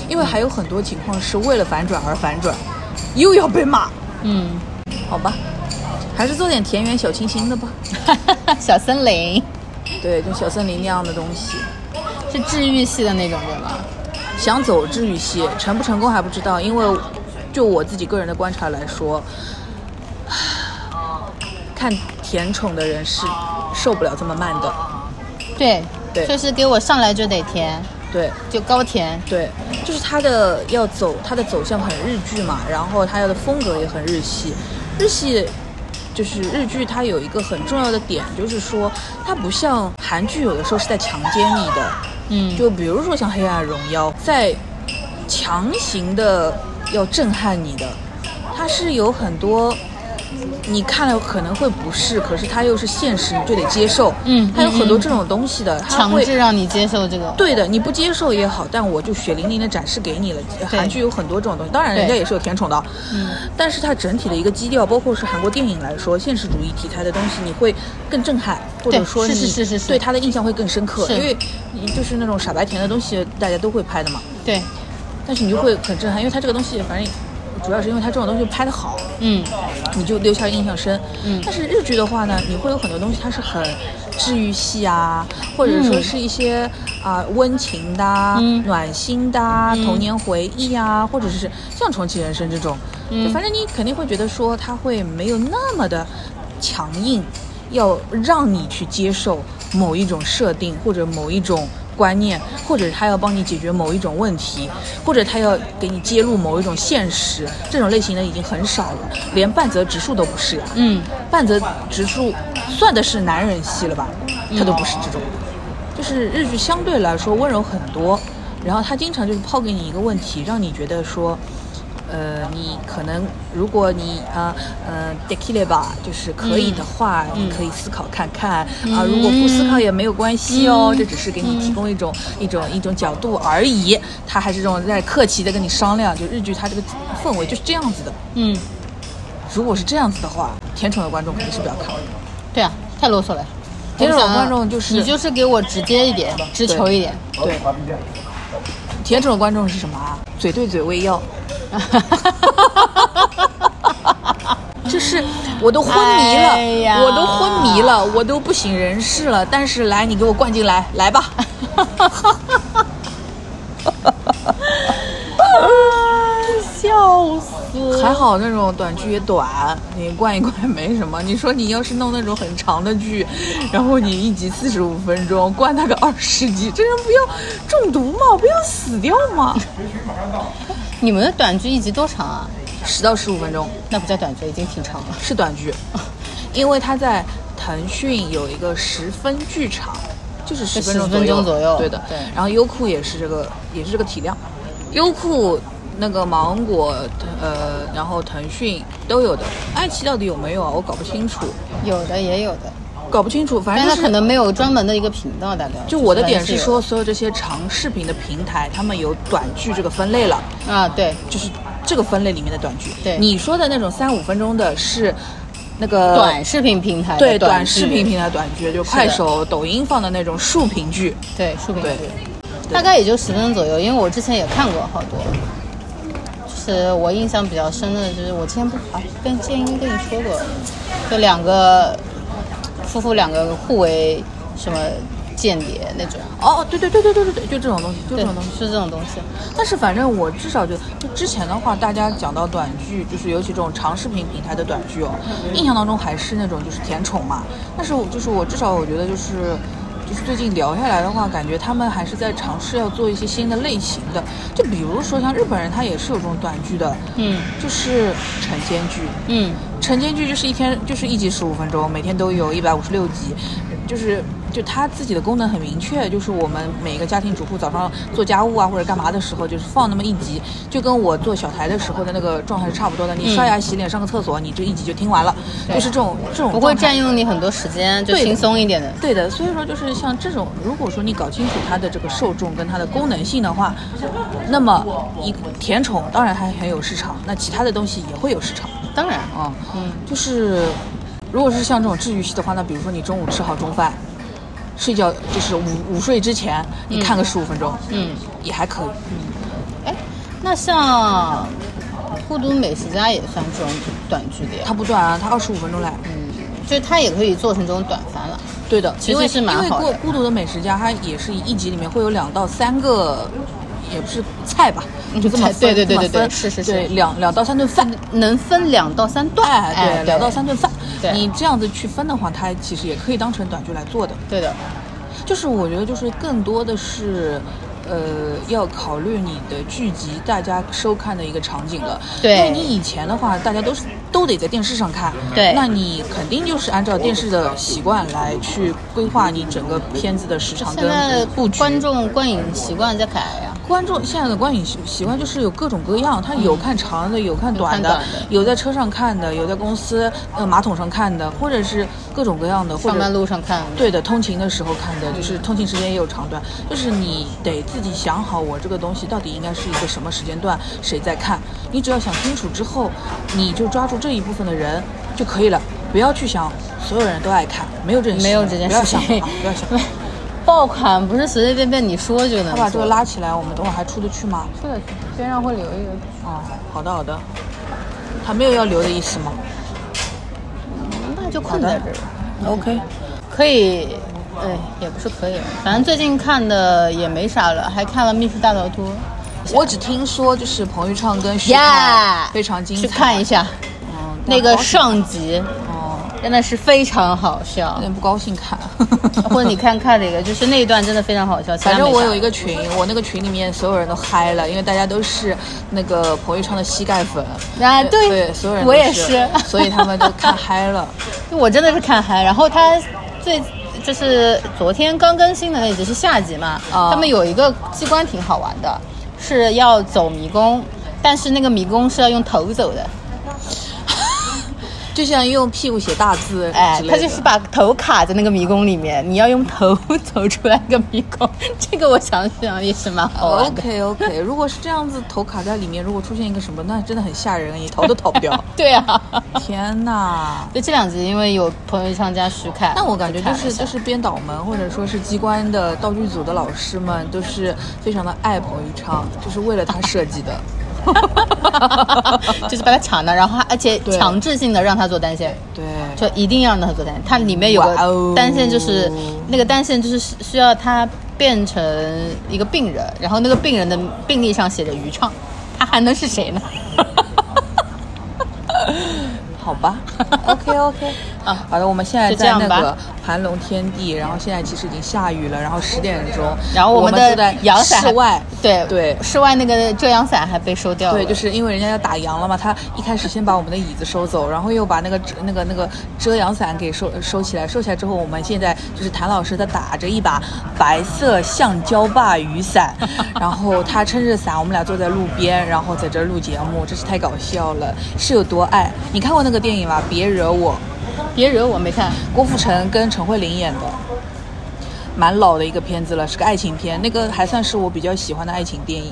Speaker 4: 因为还有很多情况是为了反转而反转，又要被骂，
Speaker 3: 嗯，
Speaker 4: 好吧？还是做点田园小清新的吧，
Speaker 3: 小森林
Speaker 4: 对，就小森林那样的东西。
Speaker 3: 是治愈系的那种，对吗？
Speaker 4: 想走治愈系，成不成功还不知道，因为就我自己个人的观察来说，看甜宠的人是受不了这么慢的，
Speaker 3: 对，
Speaker 4: 对
Speaker 3: 就是给我上来就得甜，
Speaker 4: 对
Speaker 3: 就高甜，
Speaker 4: 对，就是他的要走，他的走向很日剧嘛，然后他要的风格也很日系，日系。就是日剧，它有一个很重要的点，就是说它不像韩剧，有的时候是在强奸你的，
Speaker 3: 嗯，
Speaker 4: 就比如说像《黑暗荣耀》，在强行的要震撼你的，它是有很多你看了可能会不适，可是它又是现实，你就得接受。
Speaker 3: 嗯
Speaker 4: 它有很多
Speaker 3: 嗯嗯
Speaker 4: 这种东西的，它
Speaker 3: 强
Speaker 4: 会
Speaker 3: 制让你接受这个，
Speaker 4: 对的，你不接受也好，但我就血淋淋的展示给你了。韩剧有很多这种东西，当然人家
Speaker 3: 对
Speaker 4: 也是有甜宠的，
Speaker 3: 嗯，
Speaker 4: 但是它整体的一个基调，包括是韩国电影来说，现实主义题材的东西，你会更震撼，或者
Speaker 3: 对
Speaker 4: 说
Speaker 3: 是
Speaker 4: 你
Speaker 3: 是是是是
Speaker 4: 对它的印象会更深刻，
Speaker 3: 是
Speaker 4: 因为你就是那种傻白甜的东西，大家都会拍的嘛，
Speaker 3: 对，
Speaker 4: 但是你就会很震撼，因为它这个东西，反正主要是因为它这种东西拍的好，
Speaker 3: 嗯，
Speaker 4: 你就留下印象深。
Speaker 3: 嗯
Speaker 4: 但是日剧的话呢，你会有很多东西它是很治愈系啊，或者说是一些啊、温情的啊、
Speaker 3: 嗯
Speaker 4: 暖心的啊、童年回忆啊，或者是像重启人生这种，就反正你肯定会觉得说它会没有那么的强硬，要让你去接受某一种设定或者某一种。观念，或者他要帮你解决某一种问题，或者他要给你揭露某一种现实，这种类型的已经很少了，连半泽直树都不是啊呀、
Speaker 3: 嗯，
Speaker 4: 半泽直树算的是男人系了吧？他都不是这种，就是日剧相对来说温柔很多，然后他经常就是抛给你一个问题，让你觉得说，呃，你可能如果你啊呃 d e k i l e 吧，就是可以的话，你可以思考看看、啊，如果不思考也没有关系哦，这只是给你提供一种、一种一种角度而已。他还是这种在客气的跟你商量，就日剧它这个氛围就是这样子的。
Speaker 3: 嗯，
Speaker 4: 如果是这样子的话，甜宠的观众肯定是不要看的。
Speaker 3: 对啊，太啰嗦了。
Speaker 4: 其实我
Speaker 3: 我想
Speaker 4: 观众就是
Speaker 3: 你就是给我直接一点，直球一点。
Speaker 4: 对，甜宠的观众是什么啊？嘴对嘴喂 药，就是我都昏迷了，
Speaker 3: 哎呀
Speaker 4: 我都昏迷了，我都不省人事了。但是来，你给我灌进来，来吧。
Speaker 3: 笑死！
Speaker 4: 还好那种短剧也短，你灌一灌没什么。你说你要是弄那种很长的剧，然后你一集四十五分钟，灌那个二十集，这人不要中毒吗？不要死掉吗？
Speaker 3: 你们的短剧一集多长啊？
Speaker 4: 十到十五分钟。
Speaker 3: 那不叫短剧，已经挺长了。
Speaker 4: 是短剧，因为它在腾讯有一个十分剧场，就是十分钟
Speaker 3: 就10分钟左右
Speaker 4: 对的，
Speaker 3: 对
Speaker 4: 然后优酷也是这个，也是这个体量，优酷。那个芒果，呃，然后腾讯都有的，爱奇艺到底有没有啊？我搞不清楚，
Speaker 3: 有的也有的，
Speaker 4: 搞不清楚，反
Speaker 3: 但
Speaker 4: 正
Speaker 3: 它
Speaker 4: 就是
Speaker 3: 可能没有专门的一个频道，大概。
Speaker 4: 就我的
Speaker 3: 反
Speaker 4: 点
Speaker 3: 正
Speaker 4: 是
Speaker 3: 有
Speaker 4: 说，所有这些长视频的平台，他们有短剧这个分类了，
Speaker 3: 的啊，对，
Speaker 4: 就是这个分类里面的短剧。
Speaker 3: 对
Speaker 4: 你说的那种三五分钟的是那个
Speaker 3: 短视频平台的
Speaker 4: 呃对，短
Speaker 3: 短
Speaker 4: 视
Speaker 3: 剧
Speaker 4: 频平台短剧，就快手、抖音放的那种竖屏剧，
Speaker 3: 对竖屏
Speaker 4: 对
Speaker 3: 剧，大概也就十分钟左右，因为我之前也看过好多。就是我印象比较深的，就是我之前不啊跟建英跟你说过，就两个夫妇两个互为什么间谍那种，
Speaker 4: 哦，对对对对对对对，就这种东西，就这
Speaker 3: 对
Speaker 4: 种东西。，
Speaker 3: 是这种东西。
Speaker 4: 但是反正我至少觉得，就之前的话，大家讲到短剧，就是尤其这种长视频平台的短剧哦，
Speaker 3: 嗯
Speaker 4: 印象当中还是那种就是甜宠嘛。但是我就是我至少我觉得就是。就是最近聊下来的话，感觉他们还是在尝试要做一些新的类型的，就比如说像日本人，他也是有这种短剧的，
Speaker 3: 嗯
Speaker 4: 就是晨间剧，
Speaker 3: 嗯，
Speaker 4: 晨间剧就是一天就是一集十五分钟，每天都有一百五十六集，就是就它自己的功能很明确，就是我们每个家庭主妇早上做家务啊或者干嘛的时候，就是放那么一集，就跟我做小台的时候的那个状态是差不多的。你刷牙、洗脸、上个厕所，你这一集就听完了，
Speaker 3: 对
Speaker 4: 就是这种哦这种
Speaker 3: 不会
Speaker 4: 状态
Speaker 3: 占用你很多时间，就
Speaker 4: 对的
Speaker 3: 轻松一点的。
Speaker 4: 对的，所以说就是像这种，如果说你搞清楚它的这个受众跟它的功能性的话，那么一甜宠当然它很有市场，那其他的东西也会有市场。
Speaker 3: 当然，
Speaker 4: 啊，
Speaker 3: 嗯，
Speaker 4: 就是如果是像这种治愈系的话，那比如说你中午吃好中饭，睡觉就是午午睡之前，你看个十五分钟，
Speaker 3: 嗯，
Speaker 4: 也还可以。
Speaker 3: 哎，那像《孤独美食家》也算这种短剧的呀，
Speaker 4: 它不短啊，它二十五分钟嘞。
Speaker 3: 嗯，就是它也可以做成这种短番了。
Speaker 4: 对的，
Speaker 3: 其实
Speaker 4: 因为
Speaker 3: 是蛮好的
Speaker 4: 因为孤孤独的美食家，它也是一集里面会有两到三个，也不是菜吧，就这么
Speaker 3: 菜
Speaker 4: 分，
Speaker 3: 对对
Speaker 4: 这
Speaker 3: 对
Speaker 4: 么
Speaker 3: 对对
Speaker 4: 分
Speaker 3: 是是是
Speaker 4: 对两两到三顿饭。
Speaker 3: 能分两到三段，
Speaker 4: 哎，对，两到三，顿饭，
Speaker 3: 对
Speaker 4: 你这样子去分的话，它其实也可以当成短剧来做的。
Speaker 3: 对的，
Speaker 4: 就是我觉得就是更多的是。呃，要考虑你的剧集大家收看的一个场景了。
Speaker 3: 对
Speaker 4: 因为你以前的话，大家都是都得在电视上看。
Speaker 3: 对
Speaker 4: 那你肯定就是按照电视的习惯来去规划你整个片子的时长
Speaker 3: 现在
Speaker 4: 跟布局。
Speaker 3: 观众观影习惯在改啊呀、
Speaker 4: 观众现在的观影习习惯就是有各种各样，他有看长的，有看短的，
Speaker 3: 嗯有看短的
Speaker 4: 有在车上看的，有在公司呃马桶上看的，或者是各种各样的，或
Speaker 3: 上
Speaker 4: 者
Speaker 3: 班路上看，啊
Speaker 4: 对的，通勤的时候看的，就是通勤时间也有长短，就是你得自己想好，我这个东西到底应该是一个什么时间段，谁在看。你只要想清楚之后，你就抓住这一部分的人就可以了，不要去想所有人都爱看，没有这件事，
Speaker 3: 没有这件
Speaker 4: 不要
Speaker 3: 事
Speaker 4: 想
Speaker 3: 情
Speaker 4: 啊，不要想。。
Speaker 3: 爆款不是随随便便你说就能
Speaker 4: 他
Speaker 3: 做。
Speaker 4: 把这个拉起来，我们等会儿还出得去吗？
Speaker 3: 出得去，边上会留一个。
Speaker 4: 哦，好的好的。他没有要留的意思吗？嗯
Speaker 3: 那就困在这儿。
Speaker 4: OK，
Speaker 3: 可以哎，也不是可以了，反正最近看的也没啥了，还看了《秘书大逃脱
Speaker 4: 我只听说就是彭昱畅跟徐
Speaker 3: Yeah
Speaker 4: 凯非常》，精彩，
Speaker 3: 去看一下
Speaker 4: 嗯
Speaker 3: 那个上集，
Speaker 4: 哦，
Speaker 3: 真的是非常好笑。
Speaker 4: 有。点不高兴看
Speaker 3: 或者你看看那个，就是那一段真的非常好笑。其他
Speaker 4: 反正
Speaker 3: 没
Speaker 4: 我
Speaker 3: 啥
Speaker 4: 有一个群，我那个群里面所有人都嗨了，因为大家都是那个彭昱畅的膝盖粉
Speaker 3: 啊对
Speaker 4: 对所有人
Speaker 3: 我
Speaker 4: 都
Speaker 3: 也
Speaker 4: 是
Speaker 3: 是
Speaker 4: 所以他们都看嗨了。
Speaker 3: 我真的是看嗨。然后他最就是昨天刚更新的那集是下集嘛，
Speaker 4: 啊
Speaker 3: 他们有一个机关挺好玩的，是要走迷宫，但是那个迷宫是要用头走的，
Speaker 4: 就像用屁股写大字
Speaker 3: 哎
Speaker 4: 之，类的，
Speaker 3: 他就是把头卡在那个迷宫里面，你要用头 走出来那个迷宫。这个我想想也是蛮好玩的。
Speaker 4: OK OK，如哦果是这样子头卡在里面，如果出现一个什么，那真的很吓人，你逃都逃不 掉。
Speaker 3: 对啊，
Speaker 4: 天哪！
Speaker 3: 就这两集，因为有朋友参加徐凯，
Speaker 4: 但我感觉就
Speaker 3: 看了
Speaker 4: 是
Speaker 3: 一下
Speaker 4: 就是编导们或者说是机关的道具组的老师们都是非常的爱彭昱畅，就是为了他设计的。
Speaker 3: 就是把他抢了，然后还而且
Speaker 4: 对
Speaker 3: 强制性的让他做单线。
Speaker 4: 对，
Speaker 3: 就一定要让他做单线，它里面有
Speaker 4: 哇哦
Speaker 3: 个单线，就是、那个单线就是需需要他变成一个病人，然后那个病人的病历上写着余畅，他还能是谁 呢？
Speaker 4: 好 吧，OK OK
Speaker 3: 啊
Speaker 4: 啊， 好的，我们现在
Speaker 3: 就这
Speaker 4: 在
Speaker 3: 样
Speaker 4: 那
Speaker 3: 吧
Speaker 4: 个盘龙天地，然后现在其实已经下雨了，然后十点钟，
Speaker 3: 然后
Speaker 4: 我
Speaker 3: 们
Speaker 4: 就
Speaker 3: 的
Speaker 4: 在
Speaker 3: 阳伞还
Speaker 4: 室外，
Speaker 3: 对嗯
Speaker 4: 对
Speaker 3: 室外那个遮阳伞还被收掉了，
Speaker 4: 对，就是因为人家要打烊了嘛，他一开始先把我们的椅子收走，然后又把那个遮那个那个遮阳伞给收收起来，收起来之后，我们现在就是谭老师他打着一把白色橡胶把雨伞，然后他撑着伞，我们俩坐在路边，然后在这儿录节目，真是太搞笑了，是有多爱？你看过那个电影吗？别惹我，
Speaker 3: 别惹我，没看。
Speaker 4: 郭富城跟陈慧琳演的。蛮老的一个片子了，是个爱情片，那个还算是我比较喜欢的爱情电影。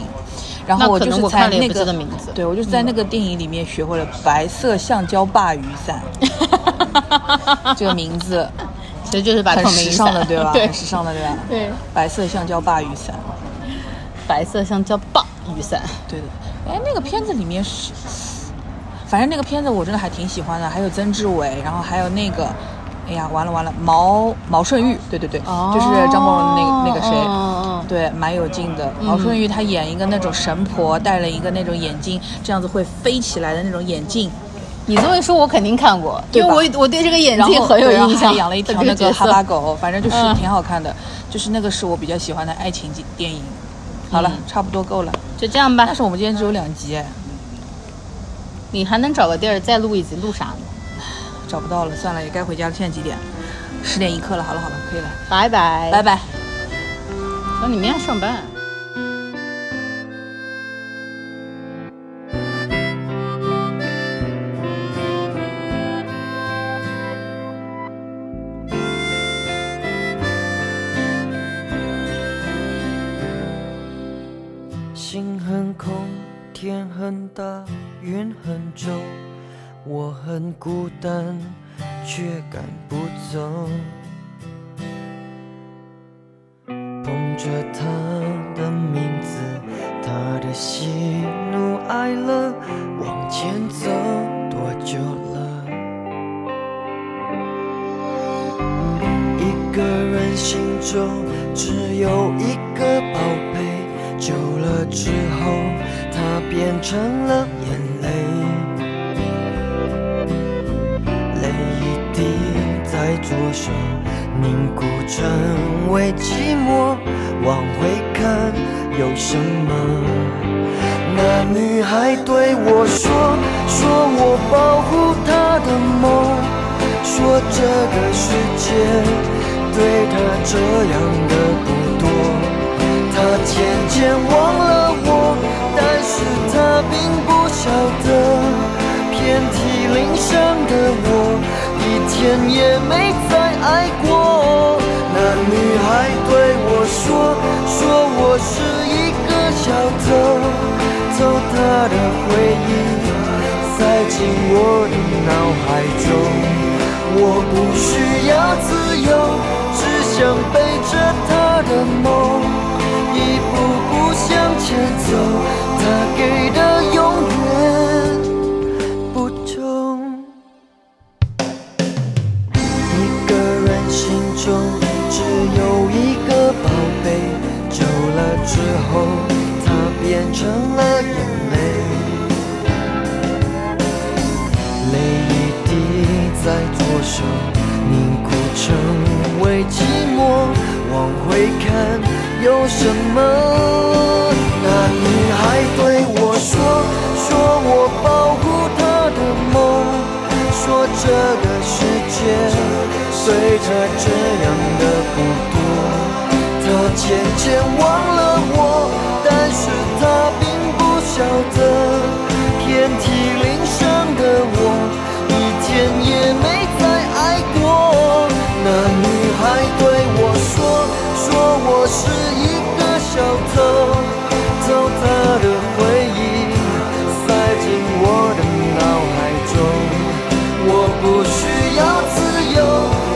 Speaker 4: 然
Speaker 3: 那
Speaker 4: 后
Speaker 3: 可
Speaker 4: 就
Speaker 3: 能
Speaker 4: 是
Speaker 3: 我
Speaker 4: 在
Speaker 3: 看了也
Speaker 4: 那
Speaker 3: 不
Speaker 4: 个
Speaker 3: 记得名字
Speaker 4: 对我就是在那个电影里面学会了白色橡胶把雨 伞这个名字，
Speaker 3: 其实就是把
Speaker 4: 很
Speaker 3: 透明
Speaker 4: 时
Speaker 3: 雨
Speaker 4: 尚
Speaker 3: 伞
Speaker 4: 的对吧？
Speaker 3: 对
Speaker 4: 很时尚的对吧？
Speaker 3: 对，
Speaker 4: 白色橡胶把雨伞，
Speaker 3: 白色橡胶棒雨伞，
Speaker 4: 对的。哎，那个片子里面是，反正那个片子我真的还挺喜欢的，还有曾志伟，然后还有那个，哎呀，完了完了，毛毛顺玉，对对对，就是张国荣的那个那个谁。
Speaker 3: 哦嗯嗯嗯嗯
Speaker 4: 对，蛮有劲的。毛舜筠她演一个那种神婆，戴了一个那种眼镜，这样子会飞起来的那种眼镜，
Speaker 3: 你这么一说，我肯定看过，
Speaker 4: 对
Speaker 3: 因
Speaker 4: 吧
Speaker 3: 为我我对这个眼
Speaker 4: 然
Speaker 3: 睛
Speaker 4: 后
Speaker 3: 很有
Speaker 4: 对然后
Speaker 3: 印象。
Speaker 4: 还养了一条
Speaker 3: 这
Speaker 4: 那个
Speaker 3: 角
Speaker 4: 哈
Speaker 3: 色
Speaker 4: 巴狗，反正就是
Speaker 3: 嗯
Speaker 4: 挺好看的。就是那个是我比较喜欢的爱情电影。好
Speaker 3: 嗯
Speaker 4: 了，差不多够了。
Speaker 3: 就这样吧
Speaker 4: 但。是我们今天只有两集，哎
Speaker 3: 你还能找个地儿再录一集，录啥呢？
Speaker 4: 找不到了，算了，也该回家了。现在几点？十点一刻了。好了好了，可以了，
Speaker 3: 拜拜，
Speaker 4: 拜。拜。
Speaker 3: 那你明天上班。啊
Speaker 1: 心很空，天很大，云很重，我很孤单，却赶不走。捧着他的名字，他的喜怒哀乐，往前走多久了？一个人心中只有一个宝贝，久了之后，它变成了眼泪，泪一滴在左手凝固成为寂寞。往回看有什么？那女孩对我说，说我保护她的梦，说这个世界对她这样的不多。她渐渐忘了我，但是她并不晓得，遍体鳞伤的我，一天也没再爱过。那女孩对我说，说我是一个小偷，偷她的回忆，塞进我的脑海中。我不需要自由，只想背着她的梦，一步步向前走，她给的永远不同。一个人心中只在左手，凝固成为寂寞。往回看，有什么？那女孩对我说，说我保护她的梦，说这个世界随着这样的不多。她渐渐忘了我，但是她并不晓得，遍体鳞伤的我，一天也没再爱过。那女孩对我说，说我是一个小偷，偷她的回忆，塞进我的脑海中。我不需要自由，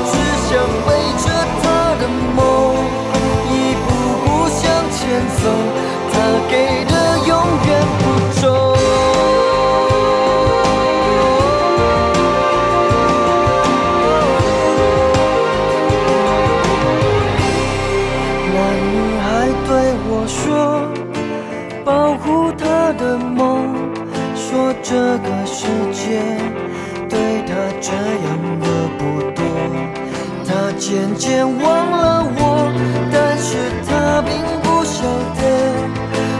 Speaker 1: 只想背着她的梦，一步步向前走，她给的永远不够。那女孩对我说。保护她的梦，说这个世界对她这样的不多。她渐渐忘了我，但是她并不晓得，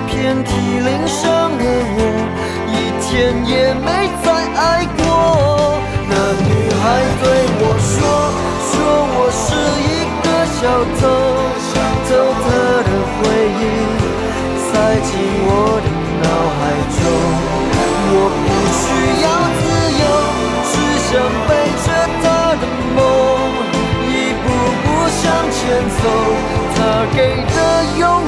Speaker 1: 遍体鳞伤的我，一天也没再爱过。那女孩对我说，说我是一个小偷，偷她的回忆。塞进我的脑海中。我不需要自由，只想背着她的梦，一步步向前走，她给的永